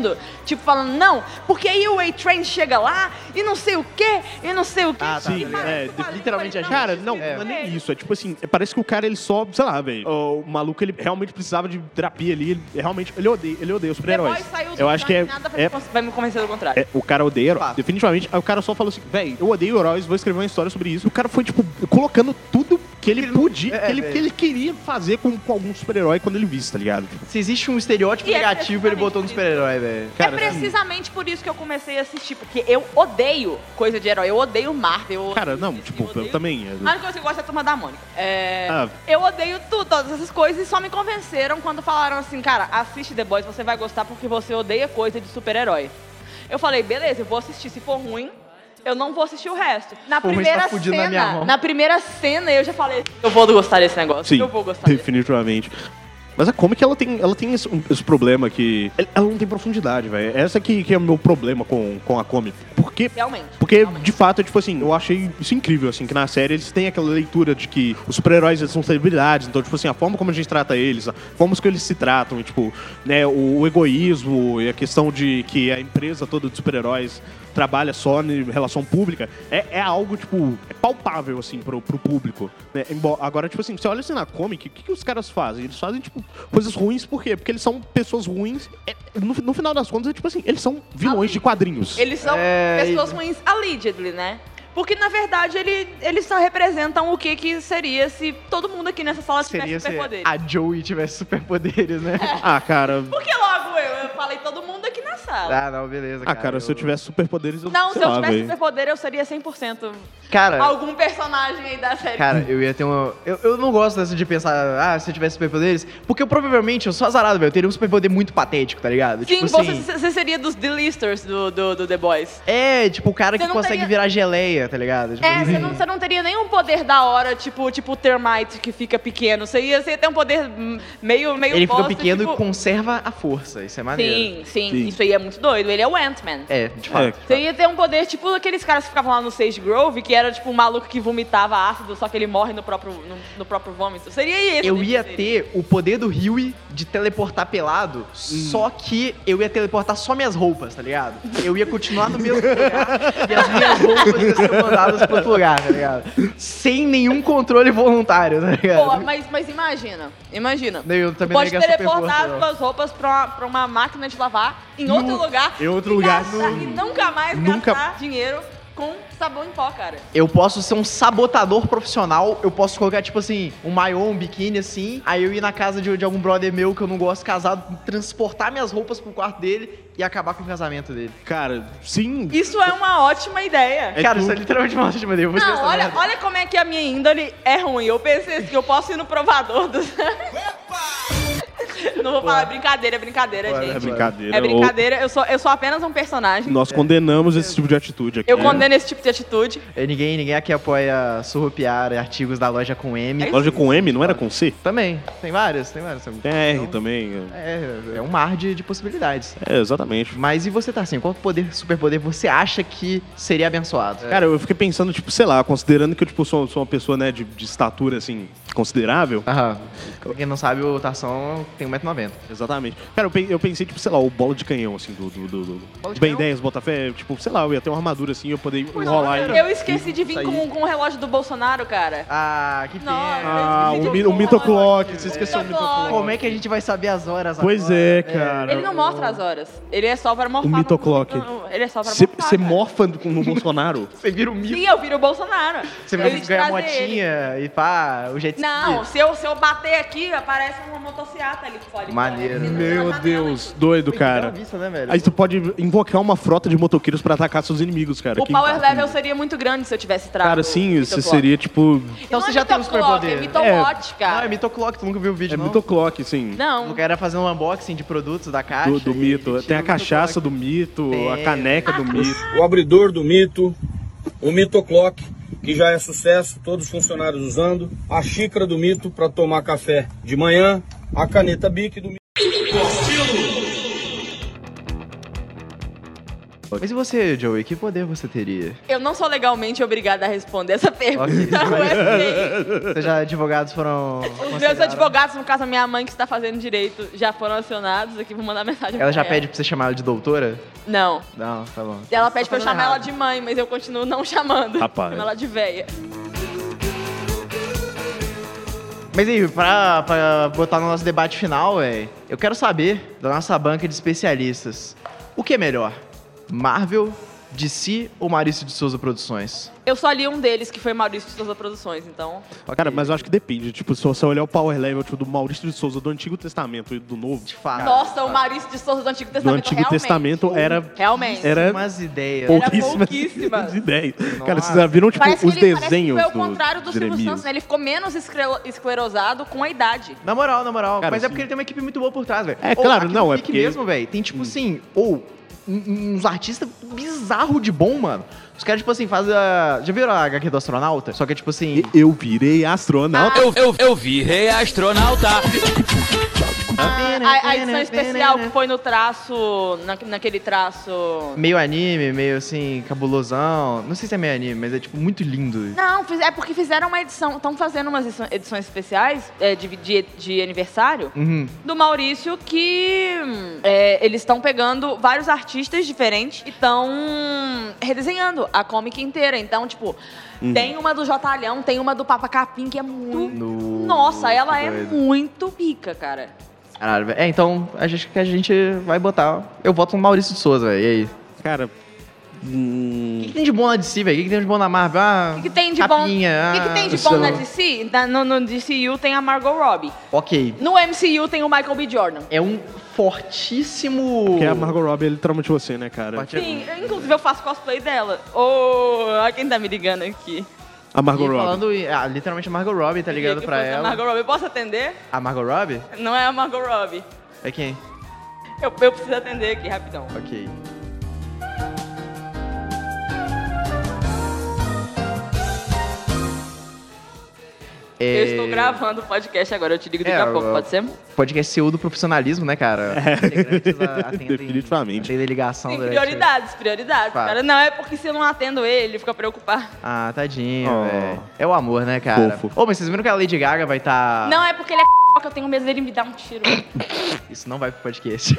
Speaker 3: discutindo, tipo, falando, não, porque aí o A-Train chega lá e não sei o quê, e não sei o quê.
Speaker 1: Ah, tá,
Speaker 3: E
Speaker 4: Sim,
Speaker 3: parece
Speaker 4: é,
Speaker 3: que o quadrinho
Speaker 1: literalmente a
Speaker 3: original
Speaker 4: Cara,
Speaker 1: gente
Speaker 4: não,
Speaker 3: existe,
Speaker 1: É.
Speaker 4: não é
Speaker 3: velho.
Speaker 4: nem isso. É tipo assim, é- parece que o cara ele só, sei lá, velho. O maluco ele realmente precisava de terapia ali. Ele realmente. Ele odeia, ele odeia os super-heróis.
Speaker 3: Depois saiu os
Speaker 4: Eu acho que é.
Speaker 3: Vingadores, nada vai
Speaker 4: é
Speaker 3: me con- vai me convencer do contrário.
Speaker 4: é, o cara odeia herói.
Speaker 1: Fato.
Speaker 4: Definitivamente. Aí o cara só falou assim, véi, eu odeio heróis, vou escrever uma história sobre isso. O cara foi, tipo, colocando tudo que ele, podia,
Speaker 1: é,
Speaker 4: que, ele,
Speaker 1: véi.
Speaker 4: que ele queria fazer com, com algum super-herói quando ele visse, tá ligado? Tipo,
Speaker 1: Se existe um estereótipo
Speaker 3: E é
Speaker 1: negativo, ele botou no
Speaker 3: precisamente
Speaker 1: super-herói, velho.
Speaker 4: cara,
Speaker 3: é precisamente por isso que eu comecei a assistir, porque eu odeio coisa de herói, eu odeio Marvel. eu
Speaker 4: Cara,
Speaker 3: odeio
Speaker 4: não,
Speaker 3: Disney,
Speaker 4: tipo,
Speaker 3: eu odeio...
Speaker 4: eu também.
Speaker 3: A única coisa que eu gosto é a turma da Mônica. É,
Speaker 4: Ah.
Speaker 3: Eu odeio tudo, todas essas coisas, e só me convenceram quando falaram assim, cara, assiste The Boys, você vai gostar porque você odeia coisa de super-herói. Eu falei, beleza, eu vou assistir, se for ruim, eu não vou assistir o resto. Na
Speaker 1: For ruim,
Speaker 3: primeira
Speaker 1: tá fudido na
Speaker 3: cena,
Speaker 1: minha mão.
Speaker 3: na, primeira cena, eu já falei, eu vou gostar desse negócio,
Speaker 4: Sim,
Speaker 3: é. eu vou gostar desse
Speaker 4: definitivamente. Mas a Comic, ela tem, ela tem esse, um- esse problema que... Ela não tem profundidade, velho. Essa que, que é o meu problema com, com a Comic. Porque
Speaker 3: Realmente.
Speaker 4: Porque, de fato, é tipo assim, eu achei isso incrível, assim, que na série eles têm aquela leitura de que os super-heróis eles são celebridades, então, tipo assim, a forma como a gente trata eles, a forma como eles se tratam, e, tipo, né, o, o egoísmo e a questão de que a empresa toda de super-heróis trabalha só em relação pública, é, é algo, tipo, é palpável, assim, pro, pro público. né? Embo- Agora, tipo assim, você olha assim na comic, o que, que os caras fazem? Eles fazem, tipo, coisas ruins, por quê? Porque eles são pessoas ruins. É, no, no final das contas, é tipo assim, eles são vilões de quadrinhos.
Speaker 3: Eles são
Speaker 1: É,
Speaker 3: pessoas
Speaker 1: e-
Speaker 3: ruins, allegedly, né? Porque, na verdade, ele, eles só representam o que, que seria se todo mundo aqui nessa sala
Speaker 1: Seria
Speaker 3: tivesse
Speaker 1: se Ah,
Speaker 3: superpoderes. É.
Speaker 1: a Joey tivesse superpoderes, né?
Speaker 4: Ah, cara,
Speaker 3: Por que logo eu? Eu falei todo mundo aqui na sala.
Speaker 1: Ah, não, beleza,
Speaker 4: Ah, cara, se eu tivesse superpoderes, eu
Speaker 3: Não,
Speaker 4: sei
Speaker 3: se eu
Speaker 4: lá,
Speaker 3: tivesse
Speaker 4: véi.
Speaker 3: superpoder, eu seria 100%
Speaker 1: Cara,
Speaker 3: algum personagem aí da série.
Speaker 1: Cara, eu ia ter uma. Eu, eu não gosto dessa de pensar, ah, se eu tivesse superpoderes. Porque eu provavelmente, eu sou azarado, velho. Eu teria um superpoder muito patético, tá ligado?
Speaker 3: Sim,
Speaker 1: tipo
Speaker 3: você,
Speaker 1: assim.
Speaker 3: você seria dos The Listers do, do, do The Boys.
Speaker 1: É, tipo, o cara
Speaker 3: Você
Speaker 1: que
Speaker 3: não
Speaker 1: consegue
Speaker 3: teria-
Speaker 1: virar geleia, tá ligado? Tipo,
Speaker 3: É,
Speaker 1: assim.
Speaker 3: você não, você não teria nenhum poder da hora, tipo, tipo o Termite que fica pequeno. Você ia, você ia ter um poder hum, meio, meio
Speaker 1: Ele fica
Speaker 3: bosta,
Speaker 1: pequeno
Speaker 3: tipo-
Speaker 1: e conserva a força. Isso é maneiro.
Speaker 3: Sim, sim,
Speaker 4: Sim.
Speaker 3: Isso aí é muito doido. Ele é o Ant-Man.
Speaker 1: É, de
Speaker 4: É.
Speaker 1: fato.
Speaker 3: Você ia ter um poder tipo aqueles caras que ficavam lá no Sage Grove, que era tipo um maluco que vomitava ácido, só que ele morre no próprio, no, no próprio vômito. Seria isso.
Speaker 1: Eu ia ter o poder do Huey de teleportar pelado, só que eu ia teleportar só minhas roupas, tá ligado? Eu ia continuar no mesmo lugar e as minhas roupas iam ser mandadas pro outro lugar, tá ligado? Sem nenhum controle voluntário, tá ligado?
Speaker 3: Pô, mas, mas imagina, imagina.
Speaker 1: Não, eu também
Speaker 3: Pode
Speaker 1: não ia
Speaker 4: é
Speaker 1: gastar
Speaker 3: teleportar
Speaker 1: superforça, não.
Speaker 3: suas roupas pra uma, pra uma máquina de lavar em outro lugar.
Speaker 4: né? em outro
Speaker 3: e
Speaker 4: lugar,
Speaker 3: gastar-
Speaker 4: não-
Speaker 3: e nunca mais
Speaker 4: nunca-
Speaker 3: gastar dinheiro com sabão em pó, cara.
Speaker 1: Eu posso ser um sabotador profissional, eu posso colocar, tipo assim, um maiô, um biquíni, assim, aí eu ir na casa de, de algum brother meu que eu não gosto, casado, transportar minhas roupas pro quarto dele e acabar com o casamento dele.
Speaker 4: É, Cara, sim.
Speaker 3: Isso é uma ótima ideia.
Speaker 4: É
Speaker 1: Cara,
Speaker 4: tu-
Speaker 1: isso é literalmente uma ótima ideia, eu vou escrever
Speaker 3: Não,
Speaker 1: essa
Speaker 3: olha,
Speaker 1: merda.
Speaker 3: olha como é que a minha índole é ruim. Eu pensei assim, eu posso ir no provador dos. Não vou falar, é brincadeira, é brincadeira,
Speaker 1: Olha,
Speaker 4: É
Speaker 3: gente.
Speaker 4: brincadeira.
Speaker 3: É brincadeira, eu sou, eu sou apenas um personagem.
Speaker 4: Ou- Nós condenamos esse tipo de atitude aqui.
Speaker 3: Eu condeno esse tipo de atitude.
Speaker 1: É, Ninguém, ninguém aqui apoia surrupiar artigos da loja com M.
Speaker 3: É isso.
Speaker 4: Loja com M, não era com C?
Speaker 1: Também, tem várias, tem várias.
Speaker 4: Tem R
Speaker 1: Então,
Speaker 4: também.
Speaker 1: É, é um mar de, de possibilidades.
Speaker 4: É, exatamente.
Speaker 1: Mas e você, Tarcinho? Qual poder, superpoder você acha que seria abençoado?
Speaker 4: Cara, eu fiquei pensando, tipo, sei lá, considerando que eu tipo, sou, sou uma pessoa, né, de, de estatura, assim, considerável.
Speaker 1: Aham. Pra quem não sabe, o Tarção tem 1,90m.
Speaker 4: Exatamente. Cara, eu, pe- eu pensei, tipo, sei lá, o bola de canhão, assim, do. do, do, do-
Speaker 1: Bola de
Speaker 4: Ben
Speaker 1: canhão?
Speaker 4: 10, Botafé. Tipo, sei lá, eu ia ter uma armadura assim, eu poder
Speaker 1: Pois
Speaker 4: enrolar.
Speaker 1: não,
Speaker 4: e-
Speaker 3: é, Eu esqueci de vir
Speaker 1: Isso aí.
Speaker 3: com, com o relógio do Bolsonaro, cara.
Speaker 1: Ah, que
Speaker 3: Nossa,
Speaker 1: pena.
Speaker 4: Ah,
Speaker 3: eu
Speaker 4: o,
Speaker 3: esqueci
Speaker 4: mi-
Speaker 3: de
Speaker 4: o
Speaker 3: falar.
Speaker 4: mitoclock. Você esqueceu o
Speaker 3: Mitoclock.
Speaker 4: mitoclock.
Speaker 1: Como é que a gente vai saber as horas
Speaker 4: Pois
Speaker 1: agora?
Speaker 4: é, cara.
Speaker 3: Ele não mostra as horas. Ele é só para morfar.
Speaker 4: O mitoclock.
Speaker 3: No... Ele é só pra
Speaker 4: Você
Speaker 3: mofar,
Speaker 4: você
Speaker 3: cara.
Speaker 4: mofa no- no Bolsonaro?
Speaker 1: Você vira o mico.
Speaker 3: Sim, eu viro o Bolsonaro.
Speaker 1: Você
Speaker 3: Eu
Speaker 1: vai
Speaker 3: ia
Speaker 1: ganhar
Speaker 3: trazer ele.
Speaker 1: motinha e pá, o jet
Speaker 3: Não,
Speaker 1: ski.
Speaker 3: se eu, se eu bater aqui, aparece uma motocicleta ali fora.
Speaker 1: Maneiro.
Speaker 3: Ele tá na
Speaker 4: Meu
Speaker 3: janela
Speaker 4: Deus,
Speaker 3: aqui.
Speaker 4: doido,
Speaker 1: Que
Speaker 4: cara.
Speaker 1: bravista, né, velho?
Speaker 4: Aí tu pode invocar uma frota de motoqueiros pra atacar seus inimigos, cara.
Speaker 3: O
Speaker 4: Que
Speaker 3: power
Speaker 4: impacto.
Speaker 3: level seria muito grande se eu tivesse trago.
Speaker 4: Cara, sim,
Speaker 3: o
Speaker 4: isso
Speaker 3: Vitor Clock.
Speaker 4: seria tipo.
Speaker 1: Então
Speaker 3: Não
Speaker 1: você
Speaker 3: é
Speaker 1: já tem
Speaker 3: Vitor
Speaker 1: os
Speaker 3: Clock, É
Speaker 1: superpoderes.
Speaker 3: Mitolote,
Speaker 1: Não, é
Speaker 3: cara.
Speaker 1: mitoclock, tu nunca viu o vídeo,
Speaker 4: É
Speaker 1: não?
Speaker 4: Mitoclock, sim.
Speaker 1: O
Speaker 3: Não.
Speaker 1: cara era fazendo um unboxing de produtos da caixa.
Speaker 4: Do, do
Speaker 1: e um
Speaker 4: mito.
Speaker 1: ele
Speaker 4: Tem
Speaker 1: tira
Speaker 4: a
Speaker 1: o
Speaker 4: cachaça
Speaker 1: mitoclock.
Speaker 4: do mito, a
Speaker 1: Tem.
Speaker 4: caneca do mito.
Speaker 7: o abridor do mito, o mitoclock, que já é sucesso, todos os funcionários usando, a xícara do mito para tomar café de manhã, a caneta bic do mito.
Speaker 1: Mas e você, Joey? Que poder você teria?
Speaker 3: Eu não sou legalmente obrigada a responder essa pergunta.
Speaker 1: Ok. então é
Speaker 3: o FDA.
Speaker 1: Seus advogados foram.
Speaker 3: Os meus
Speaker 1: aconselharam?
Speaker 3: advogados, no caso a minha mãe que está fazendo direito, já foram acionados. Aqui vou mandar mensagem
Speaker 1: Ela
Speaker 3: pra
Speaker 1: já pede pra você chamar ela de doutora?
Speaker 3: Não.
Speaker 1: Não, tá bom.
Speaker 3: Ela pede pra eu
Speaker 1: fazendo
Speaker 3: chamar ela
Speaker 1: errado.
Speaker 3: de mãe, mas eu continuo não chamando.
Speaker 4: Rapaz.
Speaker 3: Chamo ela de véia.
Speaker 1: Mas aí, pra, pra botar no nosso debate final, véi, eu quero saber da nossa banca de especialistas: o que é melhor? Marvel, DC ou Maurício de Souza Produções?
Speaker 3: Eu só li um deles, que foi Maurício de Souza Produções, então...
Speaker 4: Cara, mas eu acho que depende. Tipo, se você olhar o power level tipo, do Maurício de Souza do Antigo Testamento e do Novo.
Speaker 1: De fato.
Speaker 3: Nossa, o Maurício de Souza do Antigo
Speaker 4: Do
Speaker 3: Testamento,
Speaker 4: Antigo
Speaker 3: realmente.
Speaker 4: Testamento era.
Speaker 3: Realmente.
Speaker 4: Era
Speaker 1: Umas ideias.
Speaker 4: pouquíssimas,
Speaker 3: pouquíssimas.
Speaker 4: ideias. Cara, vocês
Speaker 1: Nossa.
Speaker 4: já viram, tipo,
Speaker 3: Parece que
Speaker 4: os
Speaker 3: ele, parece que
Speaker 4: desenhos
Speaker 3: foi o
Speaker 4: do
Speaker 3: contrário do Silvio
Speaker 4: Jeremias?
Speaker 3: Santos, né? Ele ficou menos esclero- esclerosado com a idade.
Speaker 1: Na moral, na moral.
Speaker 4: Cara,
Speaker 1: mas é
Speaker 4: sim.
Speaker 1: porque ele tem uma equipe muito boa por trás, velho.
Speaker 4: É,
Speaker 1: Ou,
Speaker 4: claro,
Speaker 1: aqui
Speaker 4: não,
Speaker 1: no
Speaker 4: é
Speaker 1: Pique
Speaker 4: porque- Hum.
Speaker 1: mesmo, velho. Tem tipo assim, ou um- uns artistas bizarro de bom, mano. Os caras, tipo assim, fazem a. Já viram a HQ do astronauta? Só que é tipo
Speaker 3: né?
Speaker 1: assim.
Speaker 4: Eu virei astronauta.
Speaker 6: Eu, eu, eu virei astronauta.
Speaker 3: A, a- a edição especial que foi no traço, na- naquele traço...
Speaker 1: Meio anime, meio assim, cabulosão. Não sei se é meio anime, mas é tipo muito lindo.
Speaker 3: Não, fiz- é porque fizeram uma edição, estão fazendo umas edição- edições especiais é, de, de- de aniversário
Speaker 1: Uhum.
Speaker 3: do Maurício que hum, é, eles estão pegando vários artistas diferentes e estão redesenhando a comic inteira. Então, tipo,
Speaker 1: Uhum.
Speaker 3: tem uma do Jotalhão, tem uma do Papa Capim que é muito.
Speaker 1: No-
Speaker 3: Nossa, ela
Speaker 1: que
Speaker 3: é
Speaker 1: doido.
Speaker 3: muito pica, cara.
Speaker 1: Caralho, velho. É, então, a gente que a gente vai botar. Eu voto no Maurício de Souza, velho. E aí?
Speaker 3: Ah.
Speaker 4: Cara. Hum.
Speaker 1: O que, que tem de bom na DC, velho? O que, que tem de bom na Marvel? Ah,
Speaker 3: O que, que tem de bom? O que,
Speaker 1: capinha,
Speaker 3: que
Speaker 1: ah,
Speaker 3: tem de
Speaker 1: sei
Speaker 3: bom na
Speaker 1: lá.
Speaker 3: DC? Na- No, no DCU tem a Margot Robbie.
Speaker 1: Ok.
Speaker 3: No MCU tem o Michael B. Jordan.
Speaker 1: é um fortíssimo.
Speaker 4: Porque é a Margot Robbie, ele traumatizou você, né, cara?
Speaker 1: Forte-
Speaker 3: Sim, eu, inclusive eu faço cosplay dela. Ô, olha quem tá me ligando aqui.
Speaker 4: A Margot
Speaker 1: E
Speaker 4: Robbie.
Speaker 1: falando, em- ah, literalmente a Margot Robbie, tá ligado
Speaker 3: Eu
Speaker 1: pra
Speaker 3: falei,
Speaker 1: ela.
Speaker 3: Margot Robbie, posso atender?
Speaker 1: A Margot Robbie?
Speaker 3: Não é a Margot Robbie.
Speaker 1: É quem?
Speaker 3: Eu, eu preciso atender aqui, rapidão.
Speaker 1: Ok. É,
Speaker 3: Eu estou gravando o podcast agora, eu te ligo daqui
Speaker 1: É,
Speaker 3: a pouco,
Speaker 1: eu-
Speaker 3: pode ser?
Speaker 1: Podcast CEO do profissionalismo, né, cara? Integrantes a- atendem-
Speaker 4: Definitivamente.
Speaker 1: Atendem ligação
Speaker 3: Sim,
Speaker 1: durante-
Speaker 3: prioridades, prioridades.
Speaker 1: Claro.
Speaker 3: Cara, não é porque se eu não atendo ele, ele fica preocupado.
Speaker 1: Ah, tadinho,
Speaker 4: Oh.
Speaker 1: velho. É o amor, né, cara? Ô,
Speaker 4: Fofo.
Speaker 1: mas vocês viram que a Lady Gaga vai tá- estar...
Speaker 3: Não é porque ele é c... que eu tenho medo dele me dar um tiro.
Speaker 1: Isso não vai pro podcast.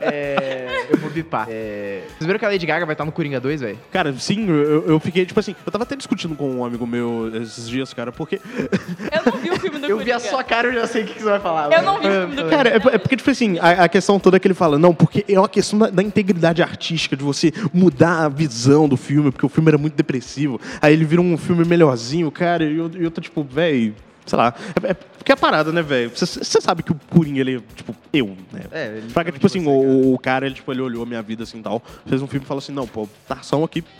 Speaker 1: é, eu vou bipar. É, vocês viram que a Lady Gaga vai estar no Coringa 2, velho?
Speaker 4: Cara, sim, eu, eu fiquei, tipo assim, eu tava até discutindo com um amigo meu esses dias, cara, porque.
Speaker 3: Eu não vi o filme do
Speaker 1: Eu vi a
Speaker 3: Coringa.
Speaker 1: sua cara, eu já sei o que que você vai falar.
Speaker 3: Eu não vi o filme do
Speaker 4: Cara, é, é porque, tipo assim, a, a questão toda que ele fala, não, porque é uma questão da, da integridade artística, de você mudar a visão do filme, porque o filme era muito depressivo. Aí ele vira um filme melhorzinho, cara, e eu, e eu tô tipo, véi, sei lá. É, é porque é a parada, né, velho? Você sabe que o Coringa, ele, é, tipo, eu, né?
Speaker 1: É, ele
Speaker 4: Fraga, tipo assim,
Speaker 1: você,
Speaker 4: o, o cara, ele, tipo, ele olhou a minha vida assim e tal, fez um filme e falou assim, não, pô, tá só um aqui.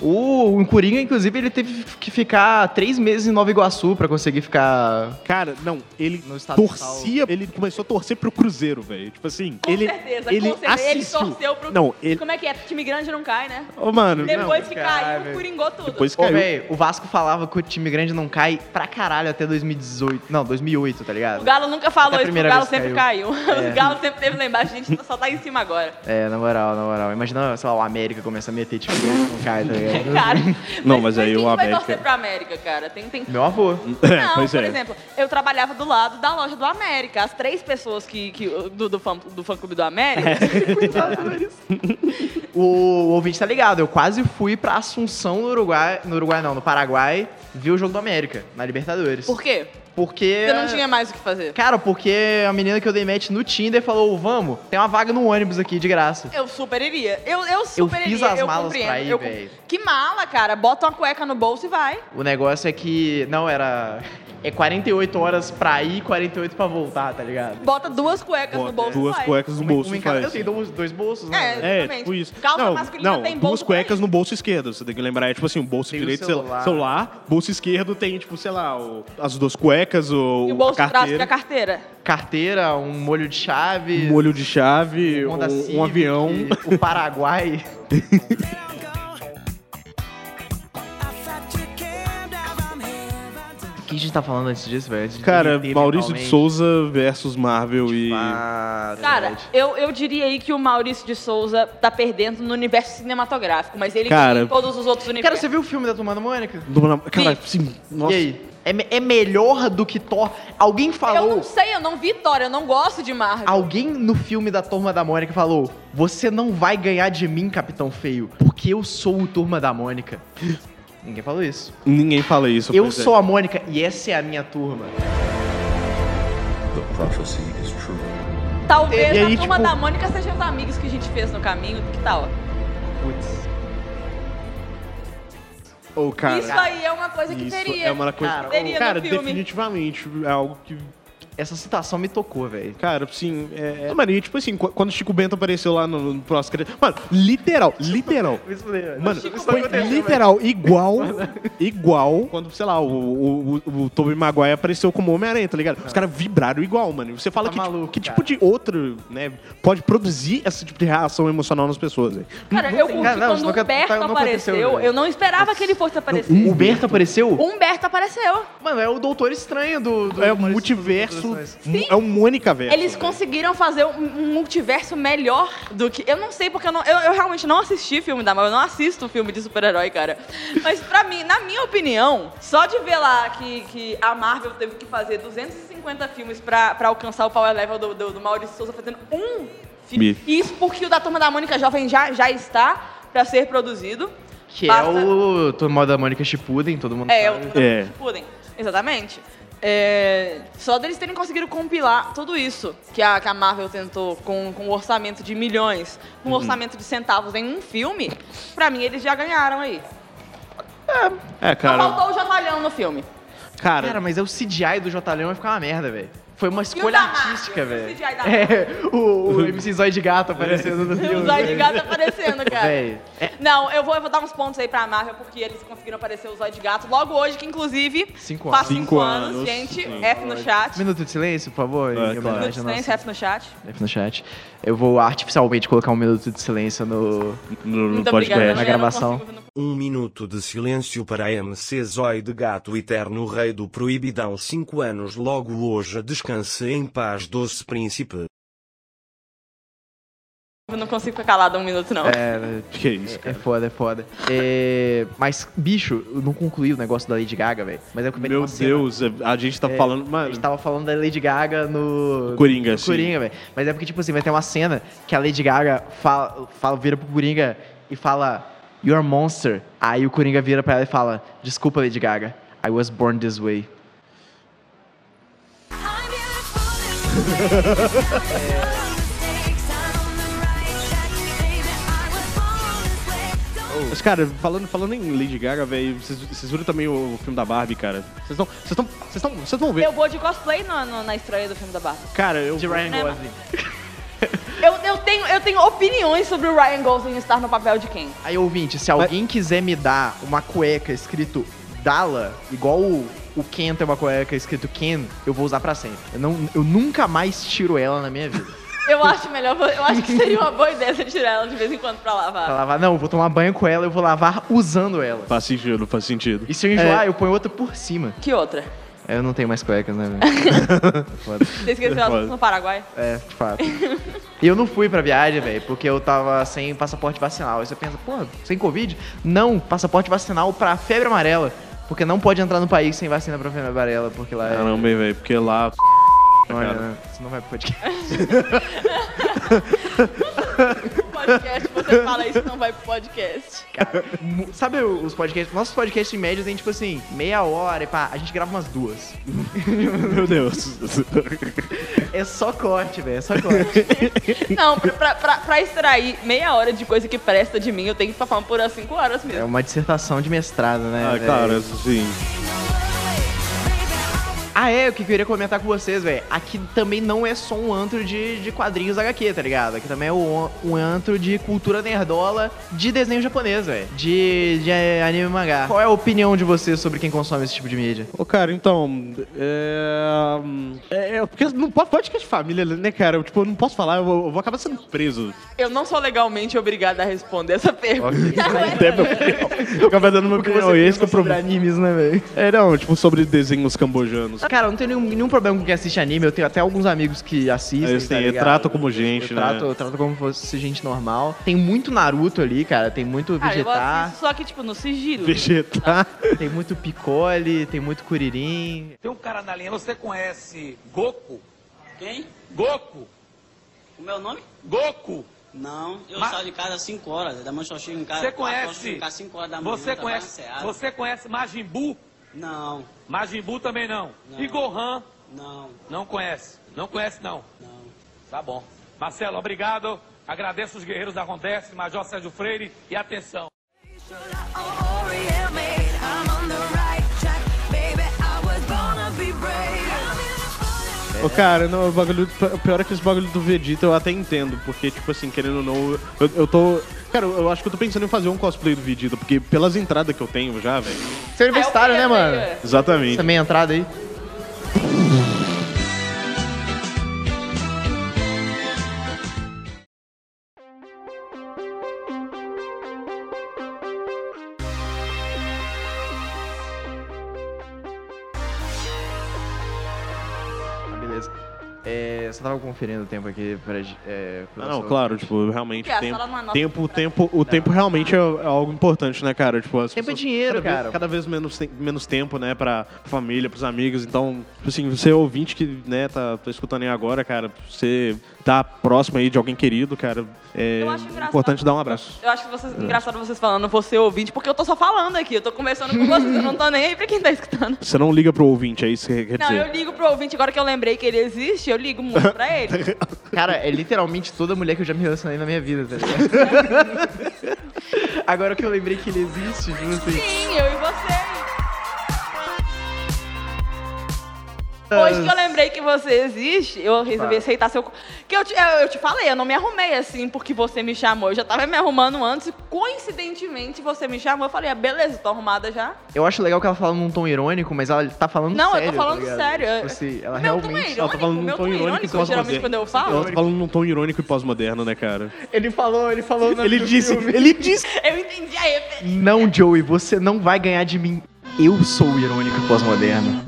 Speaker 1: O, o Coringa, inclusive, ele teve que ficar três meses em Nova Iguaçu pra conseguir ficar.
Speaker 4: Cara, não, ele
Speaker 1: No estado
Speaker 4: torcia, ele começou a torcer pro Cruzeiro, velho. Tipo assim,
Speaker 3: Com
Speaker 4: ele.
Speaker 3: certeza,
Speaker 4: ele
Speaker 3: com certeza. Ele
Speaker 4: assistiu.
Speaker 3: torceu pro...
Speaker 4: Não, ele.
Speaker 3: Como é que é? Time grande não cai, né?
Speaker 4: Ô, mano,
Speaker 3: Depois
Speaker 1: não,
Speaker 3: que
Speaker 1: cara,
Speaker 3: caiu, coringou tudo.
Speaker 4: depois
Speaker 1: Ô,
Speaker 4: caiu.
Speaker 1: velho, o Vasco falava que o time grande não cai pra caralho até 2018. Não, 2008, tá ligado?
Speaker 3: O Galo nunca falou
Speaker 1: Até a
Speaker 3: isso, porque
Speaker 1: primeira
Speaker 3: o Galo
Speaker 1: vez que
Speaker 3: sempre caiu.
Speaker 1: É.
Speaker 3: O Galo sempre teve lá embaixo, a gente só tá em cima agora.
Speaker 1: É, na moral, na moral. Imagina, sei lá, o América começa a meter time grande não cai, tá ligado?
Speaker 3: Cara,
Speaker 4: Não, mas aí
Speaker 3: quem
Speaker 4: o
Speaker 3: que vai
Speaker 4: América-
Speaker 3: torcer pra América, cara? Tem, tem...
Speaker 1: Meu avô.
Speaker 4: É,
Speaker 3: Não,
Speaker 4: pois
Speaker 3: por
Speaker 4: é.
Speaker 3: exemplo, eu trabalhava do lado da loja do América. As três pessoas que, que, do, do, fã, do fã clube do América.
Speaker 4: É.
Speaker 1: O, o ouvinte tá ligado, eu quase fui pra Assunção no Uruguai. No Uruguai não, no Paraguai, vi o jogo do América, na Libertadores.
Speaker 3: Por quê?
Speaker 1: Porque.
Speaker 3: Eu não tinha mais o que fazer.
Speaker 1: Cara, porque a menina que eu dei match no Tinder falou: vamos, tem uma vaga no ônibus aqui de graça.
Speaker 3: Eu super iria. Eu, eu super
Speaker 1: fiz
Speaker 3: iria,
Speaker 1: as
Speaker 3: eu
Speaker 1: malas
Speaker 3: compreendo.
Speaker 1: pra ir,
Speaker 3: eu com-
Speaker 1: véi.
Speaker 3: Que mala, cara. Bota uma cueca no bolso e vai.
Speaker 1: O negócio é que. Não, era. É 48 horas pra ir e 48 pra voltar, tá ligado?
Speaker 3: Bota duas cuecas no bolso
Speaker 4: Duas
Speaker 3: e vai.
Speaker 4: cuecas no
Speaker 1: Uma-
Speaker 4: bolso
Speaker 1: uma
Speaker 4: e
Speaker 1: em cada-
Speaker 4: faz.
Speaker 1: Eu tenho dois, dois bolsos, né?
Speaker 3: É,
Speaker 4: É,
Speaker 3: exatamente.
Speaker 4: tipo isso.
Speaker 3: Calça
Speaker 4: não,
Speaker 3: masculina
Speaker 4: não,
Speaker 3: tem
Speaker 4: duas
Speaker 3: bolso pra
Speaker 4: cuecas
Speaker 3: ir.
Speaker 4: no bolso esquerdo. Você tem que lembrar, é tipo assim, o bolso
Speaker 1: Tem o
Speaker 4: direito,
Speaker 1: celular.
Speaker 4: Sei, lá, celular, bolso esquerdo tem, tipo, sei lá, o- as duas cuecas, o,
Speaker 3: E o bolso
Speaker 4: a
Speaker 3: de trás fica
Speaker 4: carteira,
Speaker 3: a carteira.
Speaker 1: Carteira, um molho de chave.
Speaker 4: um olho de chave,
Speaker 1: Honda
Speaker 4: um,
Speaker 1: Civic,
Speaker 4: um avião.
Speaker 1: O Paraguai. O que a gente tá falando antes disso, velho? Antes de
Speaker 4: Cara,
Speaker 1: derreter
Speaker 4: Maurício de
Speaker 1: mentalmente?
Speaker 4: Souza versus Marvel e... É
Speaker 1: Ah,
Speaker 3: Cara,
Speaker 1: verdade.
Speaker 3: eu, eu diria aí que o Maurício de Souza tá perdendo no universo cinematográfico, mas ele
Speaker 4: Cara-
Speaker 3: ganha em todos os outros
Speaker 1: Cara,
Speaker 3: universos.
Speaker 1: você viu o filme da Turma da Mônica?
Speaker 4: Do- Cara, assim, sim, nossa.
Speaker 1: E aí? É, me- é melhor do que Thor? Alguém
Speaker 3: Eu
Speaker 1: falou...
Speaker 3: não sei, eu não vi Thor, eu não gosto de Marvel.
Speaker 1: Alguém no filme da Turma da Mônica falou: Você não vai ganhar de mim, Capitão Feio, porque eu sou o Turma da Mônica. Ninguém falou isso.
Speaker 4: Ninguém fala isso.
Speaker 1: Eu
Speaker 4: pois é.
Speaker 1: sou a Mônica e essa é a minha turma.
Speaker 3: Talvez
Speaker 1: E
Speaker 3: a
Speaker 1: aí,
Speaker 3: turma
Speaker 1: tipo-
Speaker 3: da Mônica seja os amigos que a gente fez no caminho, que tal?
Speaker 1: Putz.
Speaker 4: Ô, cara,
Speaker 3: isso aí é uma coisa que
Speaker 4: isso
Speaker 3: teria.
Speaker 4: é uma coisa...
Speaker 1: Cara,
Speaker 3: Teria no
Speaker 4: cara
Speaker 3: filme.
Speaker 4: definitivamente, é algo que
Speaker 1: Essa citação me tocou, velho.
Speaker 4: Cara, sim, é, é- Maria, tipo assim, qu- quando o Chico Bento apareceu lá no, no próximo. Mano, literal, literal. Mano, foi literal, igual, igual, quando, sei lá, o, o, o, o Tobey Maguire apareceu como Homem-Aranha, tá ligado? Os caras vibraram igual, mano. E Você fala
Speaker 1: Tá
Speaker 4: que, tipo,
Speaker 1: maluco,
Speaker 4: que
Speaker 1: cara.
Speaker 4: tipo de outro, né, pode produzir esse tipo de reação emocional nas pessoas, velho.
Speaker 3: Cara, eu curti
Speaker 1: Cara, não, isso
Speaker 3: quando o
Speaker 1: nunca-
Speaker 3: Humberto
Speaker 1: tá- não aconteceu,
Speaker 3: apareceu.
Speaker 1: velho.
Speaker 3: Eu não esperava que ele fosse aparecer.
Speaker 1: O Humberto apareceu?
Speaker 3: O Humberto apareceu.
Speaker 1: Mano, é o Doutor Estranho do. do
Speaker 4: É um
Speaker 1: Maurício Souza
Speaker 4: multiverso,
Speaker 1: das Nações.
Speaker 4: é um Mônica, velho.
Speaker 3: Eles conseguiram fazer um, um multiverso melhor do que. Eu não sei porque eu, não, eu, eu realmente não assisti filme da Marvel, eu não assisto filme de super-herói, cara. Mas pra mim, na minha opinião, só de ver lá que, que a Marvel teve que fazer 250 filmes pra, pra alcançar o power level do, do, do Maurício Souza fazendo um filme.
Speaker 4: Mi.
Speaker 3: Isso porque o da Turma da Mônica Jovem já, já está pra ser produzido.
Speaker 1: Que
Speaker 3: Basta-
Speaker 1: é o Turma da Mônica Chipuden, todo mundo
Speaker 3: É, o
Speaker 1: sabe.
Speaker 4: É.
Speaker 3: é. Pudim. Exatamente. É, só deles terem conseguido compilar tudo isso que a, que a Marvel tentou com, com um orçamento de milhões, com um orçamento de centavos em um filme, pra mim eles já ganharam aí.
Speaker 4: É,
Speaker 3: Só
Speaker 4: cara,
Speaker 3: faltou o Jotalhão no filme.
Speaker 4: cara,
Speaker 1: Cara, mas é o CGI do Jotalhão vai ficar uma merda, velho. Foi uma escolha
Speaker 3: da Marvel?
Speaker 1: artística,
Speaker 3: E o
Speaker 1: velho.
Speaker 3: CGI da
Speaker 1: É, o, o MC Zóio de Gato aparecendo no filme.
Speaker 3: O Zóio de Gato aparecendo, cara.
Speaker 1: Véi, é-
Speaker 3: Não, eu vou, eu vou dar uns pontos aí pra Marvel, porque eles conseguiram aparecer o Zóio de Gato logo hoje, que inclusive
Speaker 1: Cinco
Speaker 3: faz
Speaker 1: anos.
Speaker 3: cinco,
Speaker 4: Cinco
Speaker 3: anos,
Speaker 4: anos.
Speaker 3: gente.
Speaker 4: Sim.
Speaker 3: F no chat. Minuto
Speaker 1: Minuto de silêncio, por favor. em
Speaker 4: É, claro.
Speaker 1: homenagem à
Speaker 3: de silêncio,
Speaker 1: nossa-
Speaker 3: F no chat.
Speaker 1: F no chat. Eu vou artificialmente colocar um minuto de silêncio no.
Speaker 4: no, no
Speaker 3: Muito
Speaker 1: na
Speaker 4: podcast.
Speaker 3: obrigada. né? Eu não
Speaker 1: gravação.
Speaker 3: consigo-
Speaker 8: Um minuto de silêncio para MC Zói de Gato Eterno Rei do Proibidão 5 anos logo hoje descanse em paz doce príncipe.
Speaker 3: Eu não consigo ficar calado um minuto, não.
Speaker 1: É,
Speaker 4: Que isso,
Speaker 1: É
Speaker 4: cara.
Speaker 1: foda, é foda. É, mas, bicho, eu não concluí o negócio da Lady Gaga, velho. Mas é que eu peguei
Speaker 4: Meu
Speaker 1: uma cena.
Speaker 4: Deus, a gente tá
Speaker 1: É,
Speaker 4: falando.
Speaker 1: A
Speaker 4: Mano,
Speaker 1: gente tava falando da Lady Gaga no.
Speaker 4: Coringa,
Speaker 1: no
Speaker 4: sim.
Speaker 1: Coringa, velho. Mas é porque, tipo assim, vai ter uma cena que a Lady Gaga fala, fala, vira pro Coringa e fala, You're a monster. Aí o Coringa vira pra ela e fala, Desculpa, Lady Gaga. I was born this way.
Speaker 4: Mas, cara, falando, falando em Lady Gaga, velho, vocês vocês viram também o, filme da Barbie, cara? Vocês estão. Vocês estão. Vocês estão. Vocês vão ver.
Speaker 3: Eu vou de cosplay no- no- na estreia do filme da Barbie.
Speaker 4: Cara, eu.
Speaker 1: De Ryan
Speaker 3: Cinema.
Speaker 1: Gosling.
Speaker 3: Eu, eu tenho, eu tenho opiniões sobre o Ryan Gosling estar no papel de quem.
Speaker 1: Aí, ouvinte, se alguém quiser me dar uma cueca escrito Dala, igual o, o Ken tem uma cueca escrito Ken, eu vou usar pra sempre. Eu, não, eu nunca mais tiro ela na minha vida.
Speaker 3: Eu acho melhor, eu acho que seria uma boa ideia você tirar ela de vez em quando pra lavar.
Speaker 1: Pra lavar, não, eu vou tomar banho com ela, eu vou lavar usando ela.
Speaker 4: Faz sentido, faz sentido.
Speaker 1: E se eu enjoar, eu ponho outra por cima.
Speaker 3: Que outra?
Speaker 1: É. Eu não tenho mais cuecas, né, velho? Foda.
Speaker 3: Você esqueceu ela
Speaker 4: Foda.
Speaker 3: no Paraguai?
Speaker 1: é, de fato. E eu não fui pra viagem, velho, porque eu tava sem passaporte vacinal. Aí você pensa, pô, sem Covid? Não, passaporte vacinal pra febre amarela. Porque não pode entrar no país sem vacina pra febre amarela, porque lá é.
Speaker 4: Caramba, hein, velho, porque lá.
Speaker 1: Olha,
Speaker 4: cara.
Speaker 1: né? Você não vai pro podcast.
Speaker 3: Podcast, você quem fala isso não vai pro podcast.
Speaker 1: Mu- Sabe os podcasts? Nossos podcasts em média tem tipo assim, meia hora e pá, a gente grava umas duas.
Speaker 4: Meu Deus.
Speaker 1: É só corte, velho, é só corte.
Speaker 3: Não, pra, pra, pra- pra extrair meia hora de coisa que presta de mim, eu tenho que ficar falando por umas 5 horas
Speaker 1: é
Speaker 3: mesmo.
Speaker 1: uma dissertação de mestrado, né?
Speaker 4: ah,
Speaker 1: velho?
Speaker 4: cara, assim.
Speaker 1: Ah, é, o que eu queria comentar com vocês, velho. Aqui também não é só um antro de, de quadrinhos HQ, tá ligado? Aqui também é um, um antro de cultura nerdola de desenho japonês, velho. De, de anime e mangá. Qual é a opinião de vocês sobre quem consome esse tipo de mídia?
Speaker 4: Ô, cara, então. É. é, é, porque não pode podcast de família, né, cara? Eu, tipo, eu não posso falar, eu vou, eu vou acabar sendo preso.
Speaker 1: um
Speaker 3: Eu não sou legalmente obrigada a responder essa pergunta.
Speaker 4: Até meu opinião. Eu acabo dando minha opinião. Esse que é o
Speaker 1: sobre
Speaker 4: problema.
Speaker 1: animes, né, velho?
Speaker 4: É, não, tipo, sobre desenhos cambojanos.
Speaker 1: Cara, eu não tenho nenhum, nenhum problema com quem assiste anime. Eu tenho até alguns amigos que assistem.
Speaker 4: Eles
Speaker 1: tá
Speaker 4: têm-
Speaker 1: ligado?
Speaker 4: tratam como gente,
Speaker 1: eu
Speaker 4: né?
Speaker 1: Trato, eu trato como fosse gente normal. Tem muito Naruto ali, cara. Tem muito
Speaker 3: Cara, Ah, eu
Speaker 1: Vegetar,
Speaker 3: assisto só que, tipo, no sigilo.
Speaker 4: Vegetar.
Speaker 1: tem muito Piccoli, tem muito Kuririn.
Speaker 6: Tem um cara na linha, você conhece Goku? Quem? Goku.
Speaker 9: O meu nome?
Speaker 6: Goku.
Speaker 9: Não, eu
Speaker 6: Mas-
Speaker 9: saio de casa às 5 horas. Da manhã só chego em casa.
Speaker 6: Você
Speaker 9: quatro horas,
Speaker 6: conhece?
Speaker 9: chego em casa às 5 horas da manhã. tá
Speaker 6: Você
Speaker 9: eu trabalho na
Speaker 6: conhece,
Speaker 9: Seara.
Speaker 6: você conhece Majin Buu?
Speaker 9: Não,
Speaker 6: Majin Buu também não.
Speaker 9: Não.
Speaker 6: E Gohan?
Speaker 9: não,
Speaker 6: Não conhece. Não conhece, não.
Speaker 9: não.
Speaker 6: Tá bom. Marcelo, obrigado. Agradeço os guerreiros da Rondeste, Major Sérgio Freire e atenção.
Speaker 4: Ô, cara, não, o bagulho. O pior é que esse bagulho do Vegeta eu até entendo, porque, tipo assim, querendo ou não, eu, eu tô. Cara, eu acho que eu tô pensando em fazer um cosplay do Vegeta, porque pelas entradas que eu tenho já, velho.
Speaker 1: Você é universitário, né, mano?
Speaker 4: Exatamente.
Speaker 1: Também entrada aí. Ah, beleza. É, só tava conferindo o tempo aqui pra. É, pro
Speaker 4: Ah,
Speaker 1: nosso-
Speaker 4: não, claro, tipo, realmente.
Speaker 3: Porque a
Speaker 4: tempo,
Speaker 3: sala não é nossa.
Speaker 4: tempo, tempo, o tempo realmente é, é algo importante, né, cara? Tipo, as
Speaker 1: Tempo é
Speaker 4: pessoas
Speaker 1: dinheiro,
Speaker 4: cada vez-
Speaker 1: cara.
Speaker 4: cada vez menos, tem- menos tempo, né, pra família, pros amigos. Então, tipo assim, você é ouvinte que, né, tá, tá escutando aí agora, cara, você tá próximo aí de alguém querido, cara. É
Speaker 3: Eu acho engraçado.
Speaker 4: importante dar um abraço.
Speaker 3: Eu acho que vocês, engraçado vocês falando, você ouvinte, porque eu tô só falando aqui, eu tô conversando com vocês, eu não tô nem aí pra quem tá escutando.
Speaker 4: Você não liga pro ouvinte, é isso que quer
Speaker 3: Não,
Speaker 4: dizer.
Speaker 3: eu ligo pro ouvinte, agora que eu lembrei que ele existe, eu ligo muito pra ele.
Speaker 1: Cara, é literalmente toda mulher que eu já me relacionei na minha vida, tá ligado? Agora que eu lembrei que ele existe, tipo assim.
Speaker 3: Sim, eu e você. Hoje que eu lembrei que você existe, eu resolvi aceitar seu. Que eu te, eu, eu te falei, eu não me arrumei assim porque você me chamou. Eu já tava me arrumando antes. Coincidentemente, você me chamou. Eu falei, ah, beleza, tô arrumada já.
Speaker 1: Eu acho legal que ela fala num tom irônico, mas ela tá falando
Speaker 3: Não,
Speaker 1: sério.
Speaker 3: eu tô falando
Speaker 1: tá ligado?
Speaker 3: sério. é-
Speaker 1: Tipo assim, ela
Speaker 3: meu tom é
Speaker 1: realmente.
Speaker 4: Ela tá falando
Speaker 3: irônico,
Speaker 4: num
Speaker 3: meu
Speaker 4: tom
Speaker 3: tom é
Speaker 4: irônico e
Speaker 3: irônico,
Speaker 4: pós-moderno.
Speaker 3: geralmente quando eu
Speaker 4: Ela
Speaker 3: falo.
Speaker 4: tá falando num tom irônico e pós-moderno, né, cara?
Speaker 1: Ele falou, ele falou.
Speaker 4: Ele disse, ele disse.
Speaker 3: Eu entendi a referência.
Speaker 1: Não, Joey, você não vai ganhar de mim. Eu sou o irônico e pós-moderno.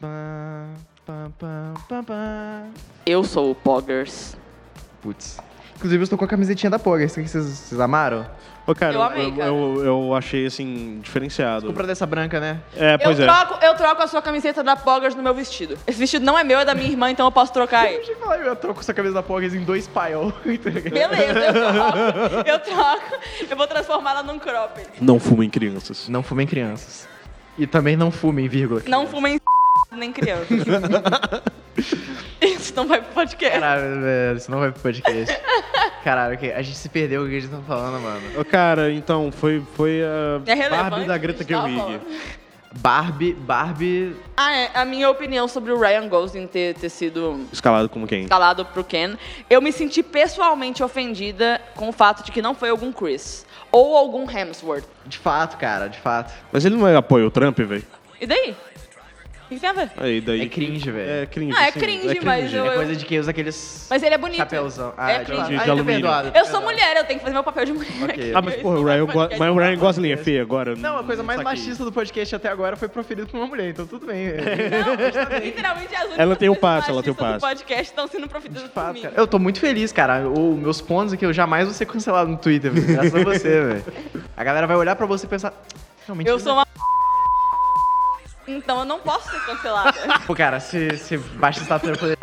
Speaker 1: Pá, pá, pá, pá, pá.
Speaker 3: Eu sou o Poggers.
Speaker 1: Putz. Inclusive, eu estou com a camisetinha da Poga. Vocês, vocês amaram?
Speaker 4: Ô, cara,
Speaker 3: Eu amei, cara.
Speaker 4: eu- eu achei, assim, diferenciado.
Speaker 1: Compra dessa branca, né?
Speaker 4: É, pois é.
Speaker 3: eu, troco, eu troco a sua camiseta da Poggers no meu vestido. Esse vestido não é meu, é da minha irmã, então eu posso trocar ele.
Speaker 1: Deixa eu falar, eu troco essa camisa da Poga em dois paiol. tá ligado?
Speaker 3: Beleza, eu troco. Eu troco. Eu vou transformá-la num cropped.
Speaker 4: Não fumem crianças.
Speaker 1: Não fumem crianças. E também não fumem, vírgula.
Speaker 3: Não fumem nem criança. Isso não vai pro podcast.
Speaker 1: Caralho, velho, isso não vai pro podcast. Caralho, que- a gente se perdeu o que a gente tá falando, mano.
Speaker 4: Ô, cara, então, foi, foi a
Speaker 3: É relevante,
Speaker 4: Barbie da Greta
Speaker 3: a gente tava
Speaker 4: Gerwig.
Speaker 3: falando.
Speaker 1: Barbie, Barbie.
Speaker 3: Ah, é. A minha opinião sobre o Ryan Gosling ter, ter sido
Speaker 4: Escalado como quem?
Speaker 3: escalado pro Ken, eu me senti pessoalmente ofendida com o fato de que não foi algum Chris. Ou algum Hemsworth.
Speaker 1: De fato, cara, de fato.
Speaker 4: Mas ele não é apoio o Trump, velho?
Speaker 3: E daí? O que tem a ver?
Speaker 4: Aí, daí...
Speaker 1: É cringe, velho.
Speaker 4: É cringe,
Speaker 3: Ah, é
Speaker 4: sim,
Speaker 3: cringe, mas eu-
Speaker 1: É coisa de quem usa aqueles
Speaker 3: Mas ele é bonito.
Speaker 1: chapéuzão. Ah,
Speaker 3: é
Speaker 1: de,
Speaker 3: cringe.
Speaker 4: de
Speaker 1: ah, ele é
Speaker 4: alumínio.
Speaker 1: perdoado.
Speaker 3: Eu sou mulher, eu tenho que fazer meu papel de mulher.
Speaker 1: Ok.
Speaker 3: aqui.
Speaker 4: Ah, mas, porra, o Ryan, Go- mas o Ryan Gosling é feio agora?
Speaker 1: Não, a coisa mais
Speaker 4: saquei.
Speaker 1: machista do podcast até agora foi proferida por uma mulher, então tudo bem. velho.
Speaker 3: Não, literalmente as
Speaker 4: Ela tem o
Speaker 3: únicas
Speaker 4: passe, ela tem o
Speaker 3: machistas do
Speaker 4: passe.
Speaker 3: podcast estão sendo profitadas
Speaker 1: De
Speaker 3: por mim.
Speaker 1: fato, cara. Eu tô muito feliz, cara. O, meus pontos é que eu jamais vou ser cancelado no Twitter, velho. graças a você, velho. A galera vai olhar pra você e pensar. Não,
Speaker 3: Eu
Speaker 1: mentira.
Speaker 3: sou uma. Então eu não posso ser cancelada.
Speaker 1: Pô, cara, se, se baixa o status eu poder.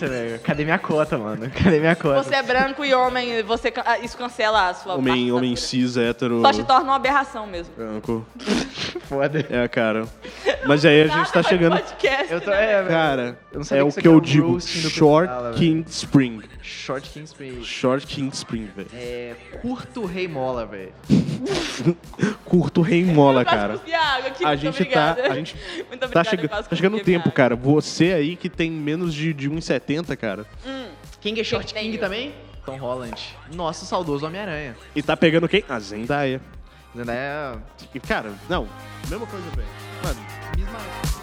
Speaker 1: velho. Cadê minha cota, mano? Cadê minha cota?
Speaker 3: Você é branco e homem, você can- ah, isso cancela a sua
Speaker 4: Homem,
Speaker 3: parte
Speaker 4: homem
Speaker 3: da-
Speaker 4: cis, hétero,
Speaker 3: Só te torna uma aberração mesmo.
Speaker 4: branco.
Speaker 1: foda.
Speaker 4: É, cara. Mas aí a gente tá
Speaker 3: Nada,
Speaker 4: chegando. Ah,
Speaker 3: Podcast,
Speaker 1: Eu tô.
Speaker 3: né?
Speaker 1: É, velho.
Speaker 4: Cara,
Speaker 1: Eu não sabia
Speaker 4: é o
Speaker 1: que isso
Speaker 4: que
Speaker 1: aqui
Speaker 4: eu
Speaker 1: era um
Speaker 4: digo.
Speaker 1: roasting do
Speaker 4: Short
Speaker 1: Pedala, velho.
Speaker 4: King Spring.
Speaker 1: Short King Spring.
Speaker 4: Short King Spring, velho.
Speaker 1: É. Curto Rei Mola, velho.
Speaker 4: Curto rei mola, cara.
Speaker 3: Cuspi água aqui,
Speaker 4: A
Speaker 3: muito
Speaker 4: gente tá.
Speaker 3: obrigada.
Speaker 4: A gente
Speaker 3: Muito
Speaker 4: tá,
Speaker 3: obrigada,
Speaker 4: chega-
Speaker 3: quase
Speaker 4: tá chegando o
Speaker 3: cuspi a minha
Speaker 4: tempo,
Speaker 3: água.
Speaker 4: cara. Você aí que tem menos de, de 1,70, cara.
Speaker 1: King é Short
Speaker 3: tem
Speaker 1: King
Speaker 3: eu?
Speaker 1: também? Tom Holland. Nossa, saudoso Homem-Aranha. é,
Speaker 4: E tá pegando quem? A Zendaya.
Speaker 1: Zendaya.
Speaker 4: E, cara, não. Mesma coisa, velho. Mano.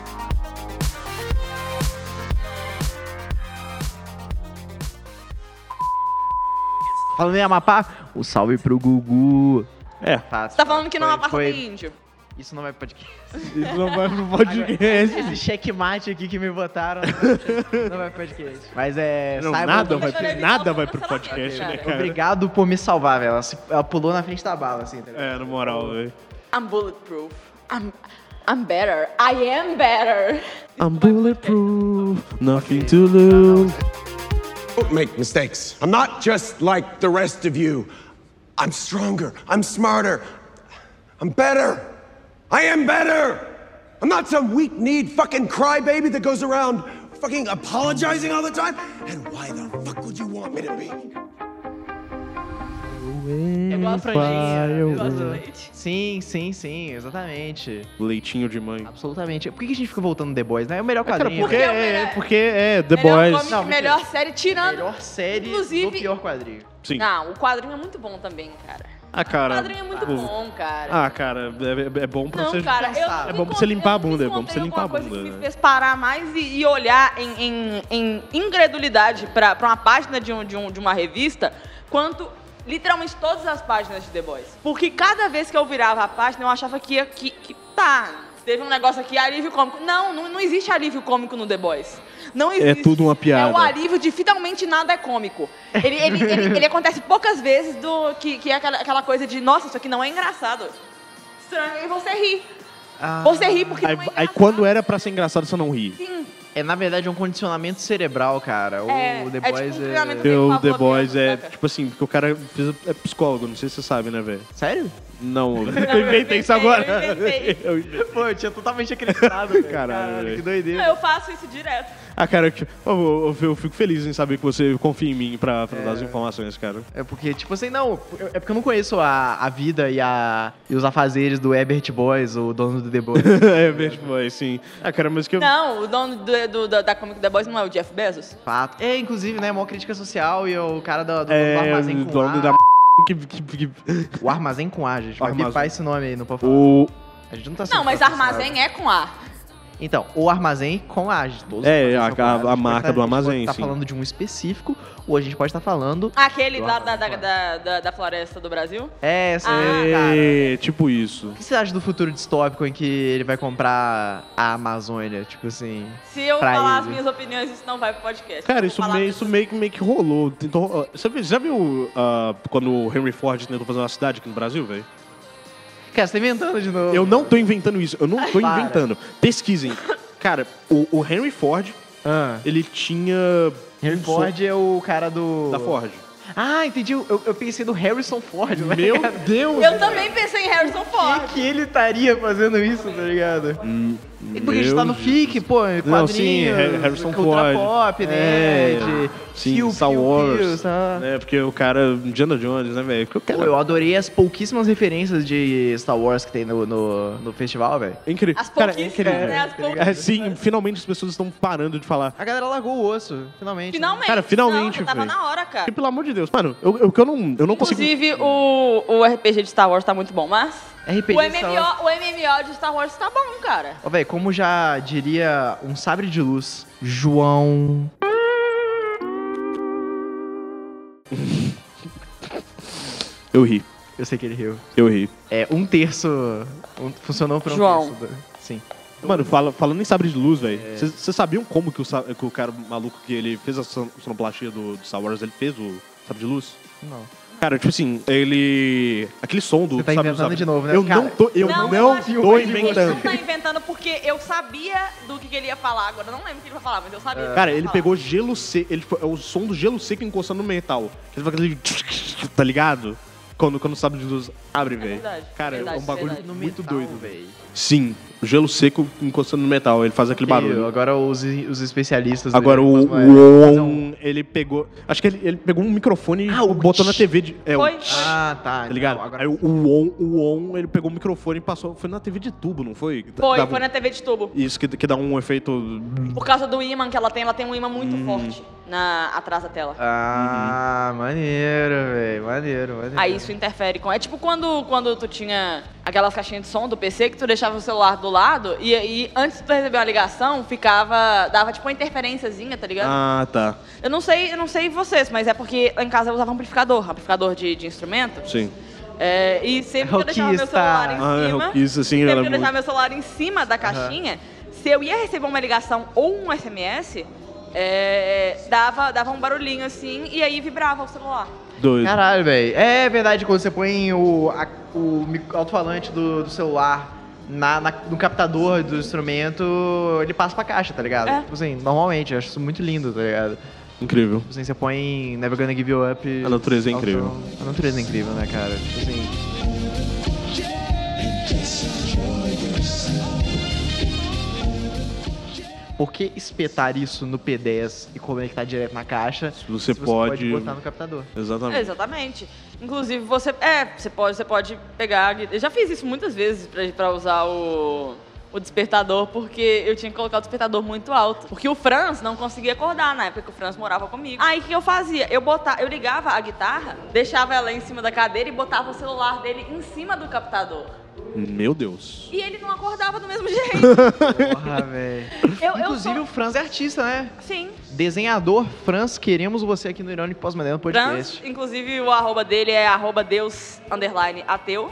Speaker 1: Falando em Amapá, o Um salve pro Gugu.
Speaker 4: É.
Speaker 1: Tá,
Speaker 3: Você tá falando que não é uma
Speaker 1: foi- foi-
Speaker 3: pasta de índio.
Speaker 1: Isso não vai pro podcast.
Speaker 4: Isso não vai pro podcast.
Speaker 1: Esse checkmate aqui que me botaram não- não vai pro podcast. Mas é.
Speaker 4: Não,
Speaker 1: saibam-
Speaker 4: nada
Speaker 3: Deixa
Speaker 4: vai,
Speaker 3: eu
Speaker 4: pro-
Speaker 3: evitar
Speaker 4: nada
Speaker 3: o
Speaker 4: vai pro
Speaker 3: cancelamento,
Speaker 4: podcast, né,
Speaker 3: cara.
Speaker 4: cara?
Speaker 1: Obrigado por me salvar, velho. Ela, se- ela pulou na frente da bala, assim, tá ligado?
Speaker 4: É, na moral, velho.
Speaker 3: I'm bulletproof. I'm, I'm better. I am better.
Speaker 4: I'm bulletproof, nothing to lose.
Speaker 10: Don't make mistakes. I'm not just like the rest of you. I'm stronger. I'm smarter. I'm better. I am better. I'm not some weak kneed fucking crybaby that goes around fucking apologizing all the time. And why the fuck would you want me to be?
Speaker 1: Eu gosto de leite.
Speaker 4: Fire
Speaker 1: Eu gosto de
Speaker 4: away.
Speaker 1: leite. Sim, sim, sim, exatamente.
Speaker 4: Leitinho de mãe.
Speaker 1: Absolutamente. Por que que a gente fica voltando no The Boys, né? É o melhor quadrinho.
Speaker 4: Porque
Speaker 1: velho.
Speaker 4: é, porque é The
Speaker 3: melhor
Speaker 4: Boys.
Speaker 3: comic,
Speaker 1: Não, mentira.
Speaker 3: melhor série, tirando.
Speaker 1: Melhor série do
Speaker 3: Inclusive-
Speaker 1: pior quadrinho.
Speaker 4: Sim.
Speaker 3: Não, o quadrinho é muito bom também, cara.
Speaker 4: Ah,
Speaker 3: O
Speaker 4: cara.
Speaker 3: quadrinho é muito
Speaker 4: pô.
Speaker 3: bom, cara.
Speaker 4: Ah, cara, é, é- é bom pra
Speaker 3: não,
Speaker 4: você.
Speaker 3: cara, eu
Speaker 1: descansar.
Speaker 3: nunca
Speaker 4: É bom pra
Speaker 3: encont-
Speaker 4: você limpar a
Speaker 3: eu nunca
Speaker 4: bunda, é bom pra você
Speaker 3: encontrei
Speaker 4: limpar a
Speaker 3: alguma coisa
Speaker 4: bunda,
Speaker 3: que me
Speaker 4: né?
Speaker 3: fez parar mais e, e olhar em, em, em incredulidade pra, pra uma página de, um, de, um, de uma revista, quanto literalmente todas as páginas de The Boys. Porque cada vez que eu virava a página, eu achava que, ia- que, que tá, teve um negócio aqui, alívio cômico. Não, não, não existe alívio cômico no The Boys. Não existe.
Speaker 4: tudo uma
Speaker 3: É o
Speaker 4: piada.
Speaker 3: alívio de finalmente nada é cômico. Ele, ele, ele, ele acontece poucas vezes do que, que é aquela, aquela coisa de, nossa, isso aqui não é engraçado. Estranho, e você ri.
Speaker 4: Ah.
Speaker 1: Ah,
Speaker 3: Você ri porque
Speaker 4: Aí,
Speaker 3: não é
Speaker 4: aí
Speaker 3: engraçado.
Speaker 4: quando era pra ser engraçado, você não ri.
Speaker 3: Sim,
Speaker 1: É, na verdade, é um condicionamento cerebral, cara.
Speaker 3: é,
Speaker 1: o The
Speaker 3: é tipo
Speaker 1: Boys
Speaker 3: um
Speaker 1: é...
Speaker 3: treinamento de
Speaker 4: Eu, The
Speaker 3: pavloviano,
Speaker 4: Boys é,
Speaker 3: saca?
Speaker 4: tipo assim, porque o cara fez- é psicólogo, não sei se você sabe, né, velho?
Speaker 1: Sério?
Speaker 4: Não, eu inventei isso agora.
Speaker 3: eu inventei.
Speaker 4: Eu inventei.
Speaker 1: Pô, eu tinha totalmente acreditado, velho.
Speaker 4: Caralho, velho.
Speaker 1: que doideira.
Speaker 3: Não, Eu faço isso direto.
Speaker 4: Ah, cara, eu, eu- eu- eu fico feliz em saber que você confia em mim pra, pra dar as informações, cara.
Speaker 1: É porque, tipo assim, não, eu- é porque eu não conheço a, a vida e, a, e os afazeres do Ebert Boys, o dono do The Boys.
Speaker 4: é mesmo, é sim. Ah, cara, mas que eu.
Speaker 3: Não, o dono do, do- da, da Comic The Boys não é o Jeff Bezos?
Speaker 1: Fato. É, inclusive, né, mó crítica social e o cara do, do, do
Speaker 4: é
Speaker 1: armazém
Speaker 4: o
Speaker 1: com
Speaker 4: dono
Speaker 1: A.
Speaker 4: da. Que, que, que-
Speaker 1: O armazém com A, gente. Vai
Speaker 4: Armazém.
Speaker 1: bipar esse nome aí, não pode falar.
Speaker 4: o.
Speaker 1: A gente não
Speaker 4: Assim,
Speaker 1: tá sendo
Speaker 3: Não, mas
Speaker 1: processado.
Speaker 3: armazém é com A.
Speaker 1: Então, o armazém com a de todos os
Speaker 4: É,
Speaker 1: armazéns
Speaker 4: a-
Speaker 1: são com
Speaker 4: a-
Speaker 1: gente
Speaker 4: a
Speaker 1: pode
Speaker 4: marca
Speaker 1: tá-
Speaker 4: do
Speaker 1: a gente pode
Speaker 4: armazém,
Speaker 1: tá
Speaker 4: sim.
Speaker 1: falando de um específico, ou a gente pode estar falando.
Speaker 3: Aquele
Speaker 1: Do
Speaker 3: lá da,
Speaker 1: armazém
Speaker 3: da, Ah,
Speaker 1: com A.
Speaker 3: da, da, da floresta do Brasil.
Speaker 1: É, essa aí, cara.
Speaker 4: É, tipo isso.
Speaker 1: O que você acha do futuro distópico em que ele vai comprar a Amazônia? Tipo assim.
Speaker 3: Se eu
Speaker 1: Pra
Speaker 3: falar
Speaker 1: ele.
Speaker 3: as minhas opiniões, isso não vai pro podcast.
Speaker 4: Cara,
Speaker 3: Eu
Speaker 4: isso
Speaker 3: vou falar
Speaker 4: meio,
Speaker 3: as
Speaker 4: isso
Speaker 3: minhas-
Speaker 4: meio, que- meio que rolou. Tentou, ro- você viu- já viu ah, quando o Henry Ford tentou fazer uma cidade aqui no Brasil, velho?
Speaker 1: Cara, você tá inventando de novo.
Speaker 4: Eu não tô inventando isso, eu não tô
Speaker 1: Para.
Speaker 4: inventando. Pesquisem. Cara, o, o Henry Ford,
Speaker 1: Ah,
Speaker 4: ele tinha.
Speaker 1: Henry
Speaker 4: um
Speaker 1: Ford é o cara do.
Speaker 4: sonho Da Ford.
Speaker 1: Ah, entendi. Eu, eu pensei do Harrison Ford, né?
Speaker 4: Meu
Speaker 1: cara?
Speaker 4: Deus!
Speaker 3: Eu também pensei em Harrison
Speaker 1: Por
Speaker 3: Ford.
Speaker 1: que, que ele estaria fazendo isso, tá ligado? E porque a gente tá no
Speaker 4: Meu
Speaker 1: FIC, pô,
Speaker 4: Não, sim,
Speaker 1: quadrinhos,
Speaker 4: Har- Harrison
Speaker 1: cultura
Speaker 4: Ford.
Speaker 1: pop, né?
Speaker 4: É,
Speaker 1: de
Speaker 4: sim,
Speaker 1: Piu,
Speaker 4: Star
Speaker 1: piu,
Speaker 4: Wars.
Speaker 1: piu, sabe?
Speaker 4: É, porque o cara, Indiana Jones, né, velho? O
Speaker 1: Pô,
Speaker 4: cara-
Speaker 1: eu adorei as pouquíssimas referências de Star Wars que tem no, no, no festival, velho.
Speaker 4: É incrível.
Speaker 3: As
Speaker 4: cara, é
Speaker 3: pouquíssimas,
Speaker 4: incrível.
Speaker 3: né? As poucas.
Speaker 4: É, sim, finalmente as pessoas estão parando de falar.
Speaker 1: A galera largou o osso, finalmente. né?
Speaker 3: Finalmente.
Speaker 4: Cara, finalmente,
Speaker 3: Não, já
Speaker 4: véi.
Speaker 3: tava na hora, cara.
Speaker 4: E pelo amor de Deus, mano, eu, eu, que eu não, eu não consigo.
Speaker 3: Inclusive, o, o RPG de Star Wars tá muito bom, mas.
Speaker 1: né? RPG
Speaker 3: o,
Speaker 1: Star
Speaker 3: MMO,
Speaker 1: Wars.
Speaker 3: o MMO de Star Wars tá bom, cara.
Speaker 1: Ó, velho, como já diria um sabre de luz, João...
Speaker 4: Eu ri,
Speaker 1: Eu sei que ele riu.
Speaker 4: eu ri.
Speaker 1: É, um terço... um- funcionou pra um
Speaker 3: João.
Speaker 1: terço. do- Sim.
Speaker 4: Mano, fala- falando em sabre de luz, velho, vocês sabiam um como que o, sa- que o cara maluco que ele fez a son- sonoplastia do, do Star Wars, ele fez o sabre de luz?
Speaker 1: Não.
Speaker 4: Cara, tipo assim, ele. Aquele som do.
Speaker 1: Você tá
Speaker 4: sabe,
Speaker 1: inventando
Speaker 4: sabe?
Speaker 1: de novo, né,
Speaker 4: Eu
Speaker 1: cara?
Speaker 4: não tô, eu não, tô
Speaker 3: acho que ele- Ele não
Speaker 4: inventando.
Speaker 3: tá inventando porque eu sabia do que, que ele ia falar agora. Eu não lembro o que ele vai falar, mas eu sabia. do que
Speaker 4: Cara, ele
Speaker 3: ia falar.
Speaker 4: pegou gelo seco. Ele, é o som do gelo seco encostando no metal. Ele faz aquele. Tá ligado? Quando, quando o sábio de luz abre, velho.
Speaker 3: É verdade,
Speaker 4: Cara,
Speaker 3: verdade,
Speaker 4: é um bagulho
Speaker 3: verdade.
Speaker 4: muito doido, velho.
Speaker 1: velho.
Speaker 4: Sim, o gelo seco encostando no metal. Ele faz aquele barulho.
Speaker 1: Agora os, os especialistas. do
Speaker 4: Agora
Speaker 1: Irã
Speaker 4: o
Speaker 1: Pós-Moderno vão fazer um-
Speaker 4: Wong, ele pegou. Acho que ele, ele pegou um microfone e
Speaker 1: Ah, o
Speaker 4: botou na
Speaker 1: tch-
Speaker 4: TV de. É, o
Speaker 3: Foi?
Speaker 4: tch-
Speaker 1: Ah, tá.
Speaker 4: Tá ligado?
Speaker 1: então, agora-
Speaker 4: Aí o Won, o on, ele pegou o microfone e passou. Foi na TV de tubo, não foi?
Speaker 3: Foi,
Speaker 4: Dava-
Speaker 3: foi na TV de tubo.
Speaker 4: Isso que, que dá um efeito.
Speaker 3: Por causa do imã que ela tem, ela tem um imã muito
Speaker 4: Hum.
Speaker 3: forte na, atrás da
Speaker 4: é
Speaker 3: tela.
Speaker 1: Ah, maneiro, velho. Maneiro, maneiro.
Speaker 3: Aí isso interfere com. É tipo quando, quando tu tinha aquelas caixinhas de som do PC que tu deixava o celular do lado e, e antes de tu receber uma ligação, ficava. dava tipo uma interferênciazinha, tá ligado?
Speaker 4: Ah, tá.
Speaker 3: Eu não sei, eu não sei vocês, mas é porque lá em casa eu usava amplificador, amplificador de, de instrumento.
Speaker 4: Sim.
Speaker 3: É, e sempre que eu deixava meu
Speaker 1: Rockista.
Speaker 3: celular em
Speaker 4: Ah, é
Speaker 3: cima.
Speaker 4: rockista, sim,
Speaker 3: sempre
Speaker 4: era
Speaker 3: que eu deixava
Speaker 4: muito.
Speaker 3: meu celular em cima da caixinha, se eu ia receber uma ligação ou um SMS, é, dava, dava um barulhinho assim e aí vibrava o celular.
Speaker 4: Doido.
Speaker 1: Caralho, velho. É verdade, quando você põe o, a- o mic- alto-falante do, do celular na, na- no captador do instrumento, ele passa pra caixa, tá ligado?
Speaker 3: É.
Speaker 1: Tipo assim, normalmente, eu acho isso muito lindo, tá ligado? Tipo
Speaker 4: Incrível.
Speaker 1: assim, você põe Never Gonna Give You Up.
Speaker 4: A natureza é incrível.
Speaker 1: A natureza é incrível, né, cara? Tipo assim. Por que espetar isso no P10 e conectar direto na caixa? Se
Speaker 4: você pode-
Speaker 1: botar no captador.
Speaker 4: Exatamente.
Speaker 3: Exatamente. Inclusive, você. É, você pode, você pode pegar. a guita- Eu já fiz isso muitas vezes pra, pra usar o. O despertador, porque eu tinha que colocar o despertador muito alto. Porque o Franz não conseguia acordar na época que o Franz morava comigo. Aí o que eu fazia? Eu botava, eu ligava a guitarra, deixava ela em cima da cadeira e botava o celular dele em cima do captador.
Speaker 4: Meu Deus.
Speaker 3: E ele não acordava do mesmo jeito.
Speaker 1: Porra, velho.
Speaker 3: Eu, eu
Speaker 1: Inclusive,
Speaker 3: sou...
Speaker 1: o Franz é artista, né?
Speaker 3: Sim.
Speaker 1: Desenhador Franz, queremos você aqui no Irônico Pós-Moderno
Speaker 3: Franz,
Speaker 1: Podcast.
Speaker 3: inclusive o arroba dele é arroba Deus underline ateu.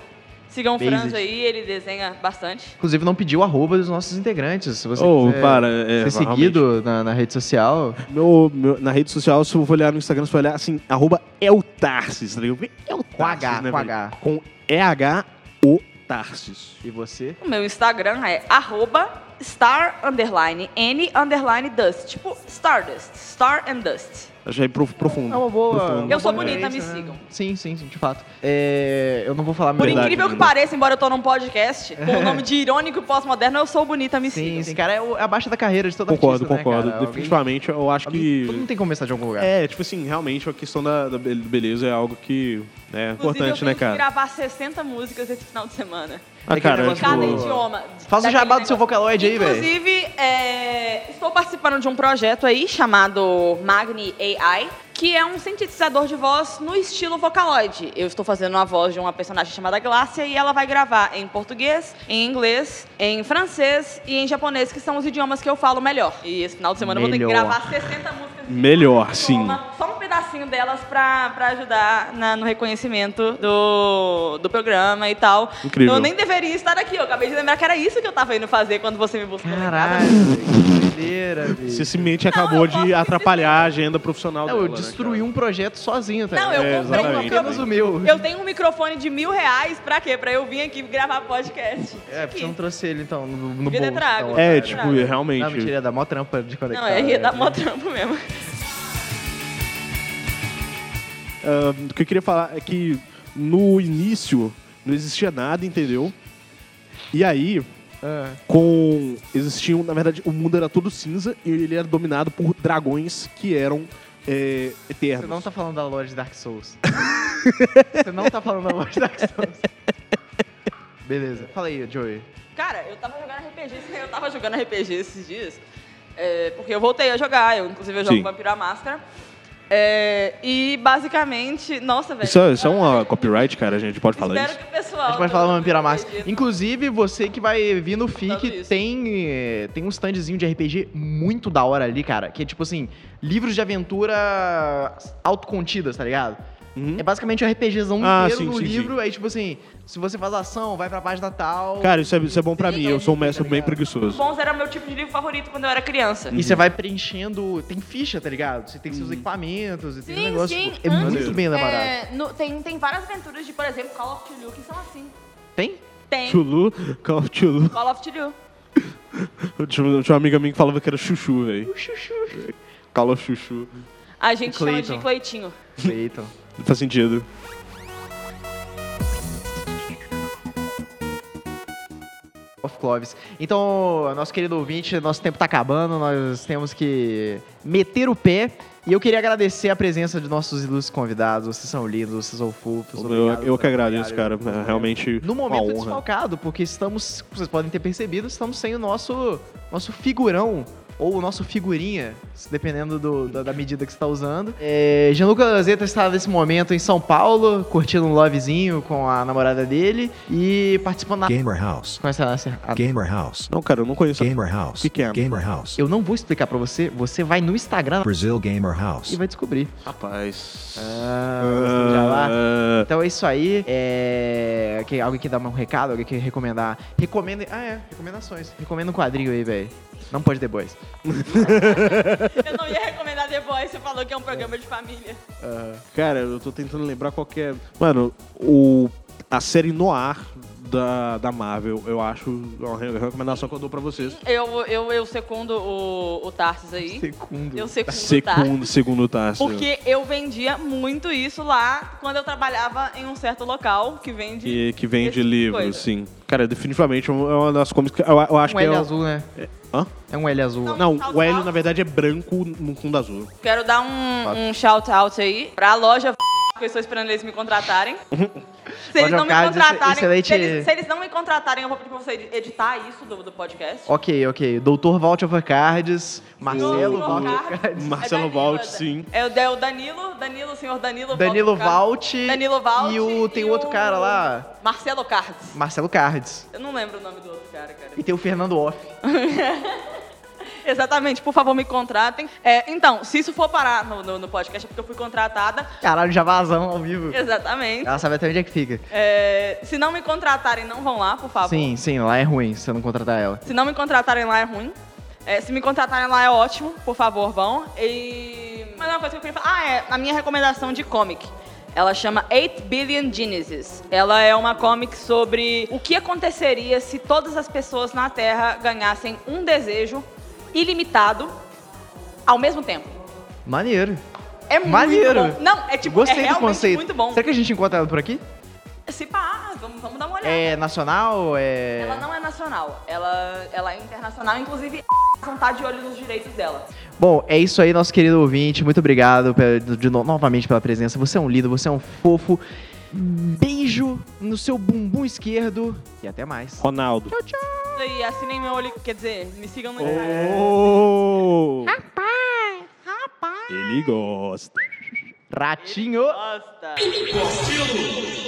Speaker 3: Sigam o Franz
Speaker 1: Basic.
Speaker 3: aí, ele desenha bastante.
Speaker 1: Inclusive, não pediu arroba dos nossos integrantes. Se você
Speaker 4: Oh,
Speaker 1: quiser
Speaker 4: para, é,
Speaker 1: ser seguido na, na rede social,
Speaker 4: Meu, meu- na rede social, se eu for olhar no Instagram, se eu for olhar assim, arroba Eltarsis, tá ligado? Eltarsis,
Speaker 1: Com H,
Speaker 4: né,
Speaker 1: com
Speaker 4: velho?
Speaker 1: H.
Speaker 4: Com E-H-O Tarsis.
Speaker 1: e você?
Speaker 3: O meu Instagram é arroba star underline n underline dust. Tipo Stardust, star and dust.
Speaker 4: Achei prof, profundo.
Speaker 1: É uma boa.
Speaker 4: Profundo.
Speaker 3: Eu sou
Speaker 1: uma boa
Speaker 3: bonita, me
Speaker 1: referência, né?
Speaker 3: sigam.
Speaker 1: Sim, sim, sim, de fato. É, eu não vou falar
Speaker 3: Por
Speaker 1: meu-
Speaker 4: Verdade,
Speaker 3: incrível que
Speaker 4: menina.
Speaker 3: pareça, embora eu tô num podcast, com o nome de irônico e pós-moderno, eu sou bonita, me assim.
Speaker 1: Sim,
Speaker 3: sigam.
Speaker 1: sim, cara, é o- é a baixa da carreira de toda
Speaker 4: Concordo,
Speaker 1: artista, né,
Speaker 4: concordo.
Speaker 1: cara? Alguém-
Speaker 4: Definitivamente, eu acho
Speaker 1: alguém-
Speaker 4: que.
Speaker 1: Todo mundo tem que começar de algum lugar.
Speaker 4: É, tipo assim, realmente a questão da, da be- beleza é algo que né, é
Speaker 3: Inclusive,
Speaker 4: importante,
Speaker 3: eu
Speaker 4: né,
Speaker 3: tenho que
Speaker 4: cara?
Speaker 3: gravar 60 músicas esse final de semana.
Speaker 4: Ah, cara,
Speaker 1: Tem
Speaker 4: eu
Speaker 1: que
Speaker 3: Cada
Speaker 1: Tipo,
Speaker 3: idioma.
Speaker 1: Faz o
Speaker 3: Daquele
Speaker 1: jabá do seu
Speaker 3: negócio.
Speaker 1: Vocaloid aí, velho.
Speaker 3: Inclusive, é, estou participando de um projeto aí chamado Magni AI, que é um sintetizador de voz no estilo Vocaloid. Eu estou fazendo a voz de uma personagem chamada Glácia e ela vai gravar em português, em inglês, em francês e em japonês, que são os idiomas que eu falo melhor. E esse final de semana eu vou ter que
Speaker 1: Melhor.
Speaker 3: gravar 60 músicas. em
Speaker 4: Melhor,
Speaker 3: cada
Speaker 4: sim.
Speaker 3: idioma, Só um pedacinho delas pra, pra ajudar na- no reconhecimento do, do programa e tal.
Speaker 4: Incrível.
Speaker 3: Eu nem deveria estar aqui, eu acabei de lembrar que era isso que eu tava indo fazer quando você me buscou. né? lá em casa.
Speaker 1: Caralho, velho, que doideira, velho.
Speaker 4: Você simplesmente acabou
Speaker 3: eu posso
Speaker 4: de atrapalhar a agenda profissional
Speaker 1: Não,
Speaker 4: dela,
Speaker 1: eu
Speaker 4: né,
Speaker 1: destruí
Speaker 4: cara?
Speaker 1: um projeto sozinho, tá
Speaker 3: Não,
Speaker 1: ligado?
Speaker 3: eu
Speaker 4: É,
Speaker 3: comprei um
Speaker 4: exatamente.
Speaker 1: apenas o
Speaker 3: microfone.
Speaker 1: meu.
Speaker 3: Eu tenho um microfone de mil reais, pra quê? Pra eu vir aqui gravar podcast.
Speaker 1: É, porque
Speaker 3: Aqui.
Speaker 1: você não trouxe ele, então, no, no
Speaker 3: Devia ter
Speaker 1: bolso.
Speaker 3: trago.
Speaker 1: então, cara.
Speaker 4: É, tipo,
Speaker 3: Não,
Speaker 4: realmente.
Speaker 1: Não, mentira, ia dar mó trampa de conectar.
Speaker 3: Não, é, ia dar
Speaker 1: né?
Speaker 3: mó trampo mesmo.
Speaker 4: Ah, o que eu queria falar é que no início não existia nada, entendeu? E aí,
Speaker 1: Ah.
Speaker 4: com. Existiam, na verdade, o mundo era todo cinza e ele era dominado por dragões que eram é, eternos.
Speaker 1: Você não tá falando da loja de Dark Souls. Você não tá falando da loja de Dark Souls. Beleza. Fala aí, Joey.
Speaker 3: Cara, eu tava jogando RPG, esse- eu tava jogando RPG esses dias. é, porque eu voltei a jogar, eu, inclusive eu jogo
Speaker 4: Sim.
Speaker 3: Vampiro à Máscara. É, e basicamente, nossa, velho.
Speaker 4: Isso, é-
Speaker 1: um
Speaker 4: isso é uma copyright, cara, a gente pode falar
Speaker 3: Espero
Speaker 4: isso.
Speaker 3: que o pessoal.
Speaker 1: A gente vai falar do
Speaker 3: do
Speaker 1: Vampira Máscara.
Speaker 3: RPG,
Speaker 1: Inclusive, você que vai vir no
Speaker 3: Contando
Speaker 1: FIC,
Speaker 3: isso.
Speaker 1: tem, eh, tem um standzinho de RPG muito da hora ali, cara. Que é tipo assim, livros de aventura autocontidas, tá ligado? É basicamente um RPGzão
Speaker 4: Uhum. Ah,
Speaker 1: inteiro
Speaker 4: sim,
Speaker 1: no
Speaker 4: sim,
Speaker 1: livro. Aí, tipo assim, se você faz ação, vai pra página tal.
Speaker 4: Cara, isso é, isso é bom pra mim. Eu sou um mestre bem preguiçoso.
Speaker 3: Bons era o meu tipo de livro favorito quando eu era criança.
Speaker 4: Uhum.
Speaker 1: E você vai preenchendo. Tem ficha, tá ligado? Você tem seus equipamentos e tem um
Speaker 3: Sim,
Speaker 1: negócio.
Speaker 3: sim.
Speaker 1: É
Speaker 3: antes,
Speaker 4: Uhum.
Speaker 1: muito bem elaborado.
Speaker 3: é, no- tem, tem várias aventuras de, por exemplo, Call of Cthulhu que são assim.
Speaker 1: Tem?
Speaker 3: Tem.
Speaker 4: Chulu, Call of Chulu.
Speaker 3: Call of Cthulhu.
Speaker 4: Tinha tinha uma amiga minha que falava que era chuchu, velho.
Speaker 3: Chuchu.
Speaker 4: Call of Chuchu.
Speaker 3: A gente chama
Speaker 1: Clayton.
Speaker 3: de Cleitinho.
Speaker 1: Cleiton.
Speaker 4: Não faz sentido.
Speaker 1: Of Clovis. Então, nosso querido ouvinte, nosso tempo tá acabando, nós temos que meter o pé. E eu queria agradecer a presença de nossos ilustres convidados. Vocês são lindos, vocês são fofos.
Speaker 4: Eu,
Speaker 1: obrigado
Speaker 4: eu que
Speaker 1: pelo
Speaker 4: agradeço, cara.
Speaker 1: trabalho.
Speaker 4: É realmente
Speaker 1: No
Speaker 4: uma
Speaker 1: momento
Speaker 4: honra.
Speaker 1: desfalcado, porque estamos, vocês podem ter percebido, estamos sem o nosso, nosso figurão, ou o nosso figurinha, dependendo do- da, da medida que você está usando. É, Gianluca Zeta está nesse momento em São Paulo, curtindo um lovezinho com a namorada dele e participando da...
Speaker 2: Gamer House.
Speaker 1: Conhece a, a,
Speaker 2: Gamer House.
Speaker 4: Não, cara, eu não conheço.
Speaker 2: Gamer House.
Speaker 4: Que que é?
Speaker 2: Gamer House.
Speaker 1: Eu não vou explicar pra você, você vai no Instagram
Speaker 2: Brazil Gamer
Speaker 1: e
Speaker 2: House.
Speaker 1: vai descobrir.
Speaker 4: Rapaz.
Speaker 1: Ah, já lá. Então é isso aí. É... que- alguém quer dar um recado? Alguém quer recomendar? Recomenda. Ah, é. Recomendações. Recomenda um quadrinho aí, velho. Não pode depois.
Speaker 3: Eu não ia recomendar The Boys, você falou que é um programa de família.
Speaker 4: ah, Cara, eu tô tentando lembrar qual que é. Mano, o, a série Noir da, da Marvel, eu acho é uma re- recomendação que eu dou pra vocês.
Speaker 3: Eu, eu, eu secundo o, o Tarsis aí.
Speaker 1: Segundo.
Speaker 3: Eu secundo o Tarsis.
Speaker 4: Segundo, segundo Tarso.
Speaker 3: Porque eu vendia muito isso lá quando eu trabalhava em um certo local que vende.
Speaker 4: Que, que vem
Speaker 3: esse
Speaker 4: de
Speaker 3: tipo de
Speaker 4: livro,
Speaker 3: coisa.
Speaker 4: sim. Cara, definitivamente é uma das comics que eu, eu acho
Speaker 1: Um
Speaker 4: que
Speaker 1: L
Speaker 4: é. o-
Speaker 1: azul, né?
Speaker 4: Hã?
Speaker 1: É um L azul.
Speaker 4: Não,
Speaker 3: Tal,
Speaker 4: o L
Speaker 3: tal.
Speaker 4: na verdade é branco no fundo azul.
Speaker 3: Quero dar um, um shout out aí pra loja que eu estou esperando eles me contratarem. Se eles
Speaker 1: Loja
Speaker 3: não me
Speaker 1: Cards,
Speaker 3: contratarem,
Speaker 1: excelente-
Speaker 3: se eles, se eles não me contratarem, eu vou pedir pra você editar isso do, do podcast.
Speaker 1: Ok, ok. Doutor Valt of Cards, Marcelo
Speaker 3: Doutor
Speaker 1: Valt
Speaker 3: Cards.
Speaker 4: Marcelo
Speaker 3: Danilo,
Speaker 4: Valt,
Speaker 3: é da-
Speaker 4: sim.
Speaker 3: É o, é o Danilo, Danilo, senhor Danilo Valt.
Speaker 1: Danilo
Speaker 3: Cards.
Speaker 1: Valt.
Speaker 3: Danilo Valt.
Speaker 1: E o, tem outro
Speaker 3: o
Speaker 1: cara lá,
Speaker 3: Marcelo Cards.
Speaker 1: Marcelo Cards.
Speaker 3: Eu não lembro o nome do outro cara, cara.
Speaker 1: E tem o Fernando Off.
Speaker 3: Exatamente, por favor, me contratem. É, então, se isso for parar no, no, no podcast, é porque eu fui contratada.
Speaker 1: Caralho, já vazão ao vivo.
Speaker 3: Exatamente.
Speaker 1: Ela sabe até onde é que fica.
Speaker 3: É, se não me contratarem, não vão lá, por favor.
Speaker 1: Sim, sim, lá é ruim se você não contratar ela.
Speaker 3: Se não me contratarem lá é ruim. É, se me contratarem lá é ótimo, por favor, vão. E. Mas uma coisa que eu queria falar. Ah, é, a minha recomendação de comic. Ela chama 8 Billion Genesis. Ela é uma comic sobre o que aconteceria se todas as pessoas na Terra ganhassem um desejo ilimitado ao mesmo tempo.
Speaker 1: Maneiro.
Speaker 3: É muito
Speaker 1: Maneiro.
Speaker 3: bom. Não, é tipo,
Speaker 1: Gostei
Speaker 3: é
Speaker 1: do
Speaker 3: realmente
Speaker 1: conceito.
Speaker 3: muito bom.
Speaker 1: Será que a gente encontra ela por aqui?
Speaker 3: Se pá, vamos, vamos dar uma olhada.
Speaker 1: É nacional? É.
Speaker 3: Ela não é nacional, ela, ela é internacional, inclusive não tá de olho nos direitos dela.
Speaker 1: Bom, é isso aí, nosso querido ouvinte. Muito obrigado pe- de no- novamente pela presença. Você é um lindo, você é um fofo. Beijo no seu bumbum esquerdo e até mais.
Speaker 4: Ronaldo.
Speaker 3: E assinem meu olho, quer dizer, me sigam no Instagram.
Speaker 4: Oh! Rapaz! Rapaz! Ele gosta.
Speaker 1: Ratinho!
Speaker 3: Gosta.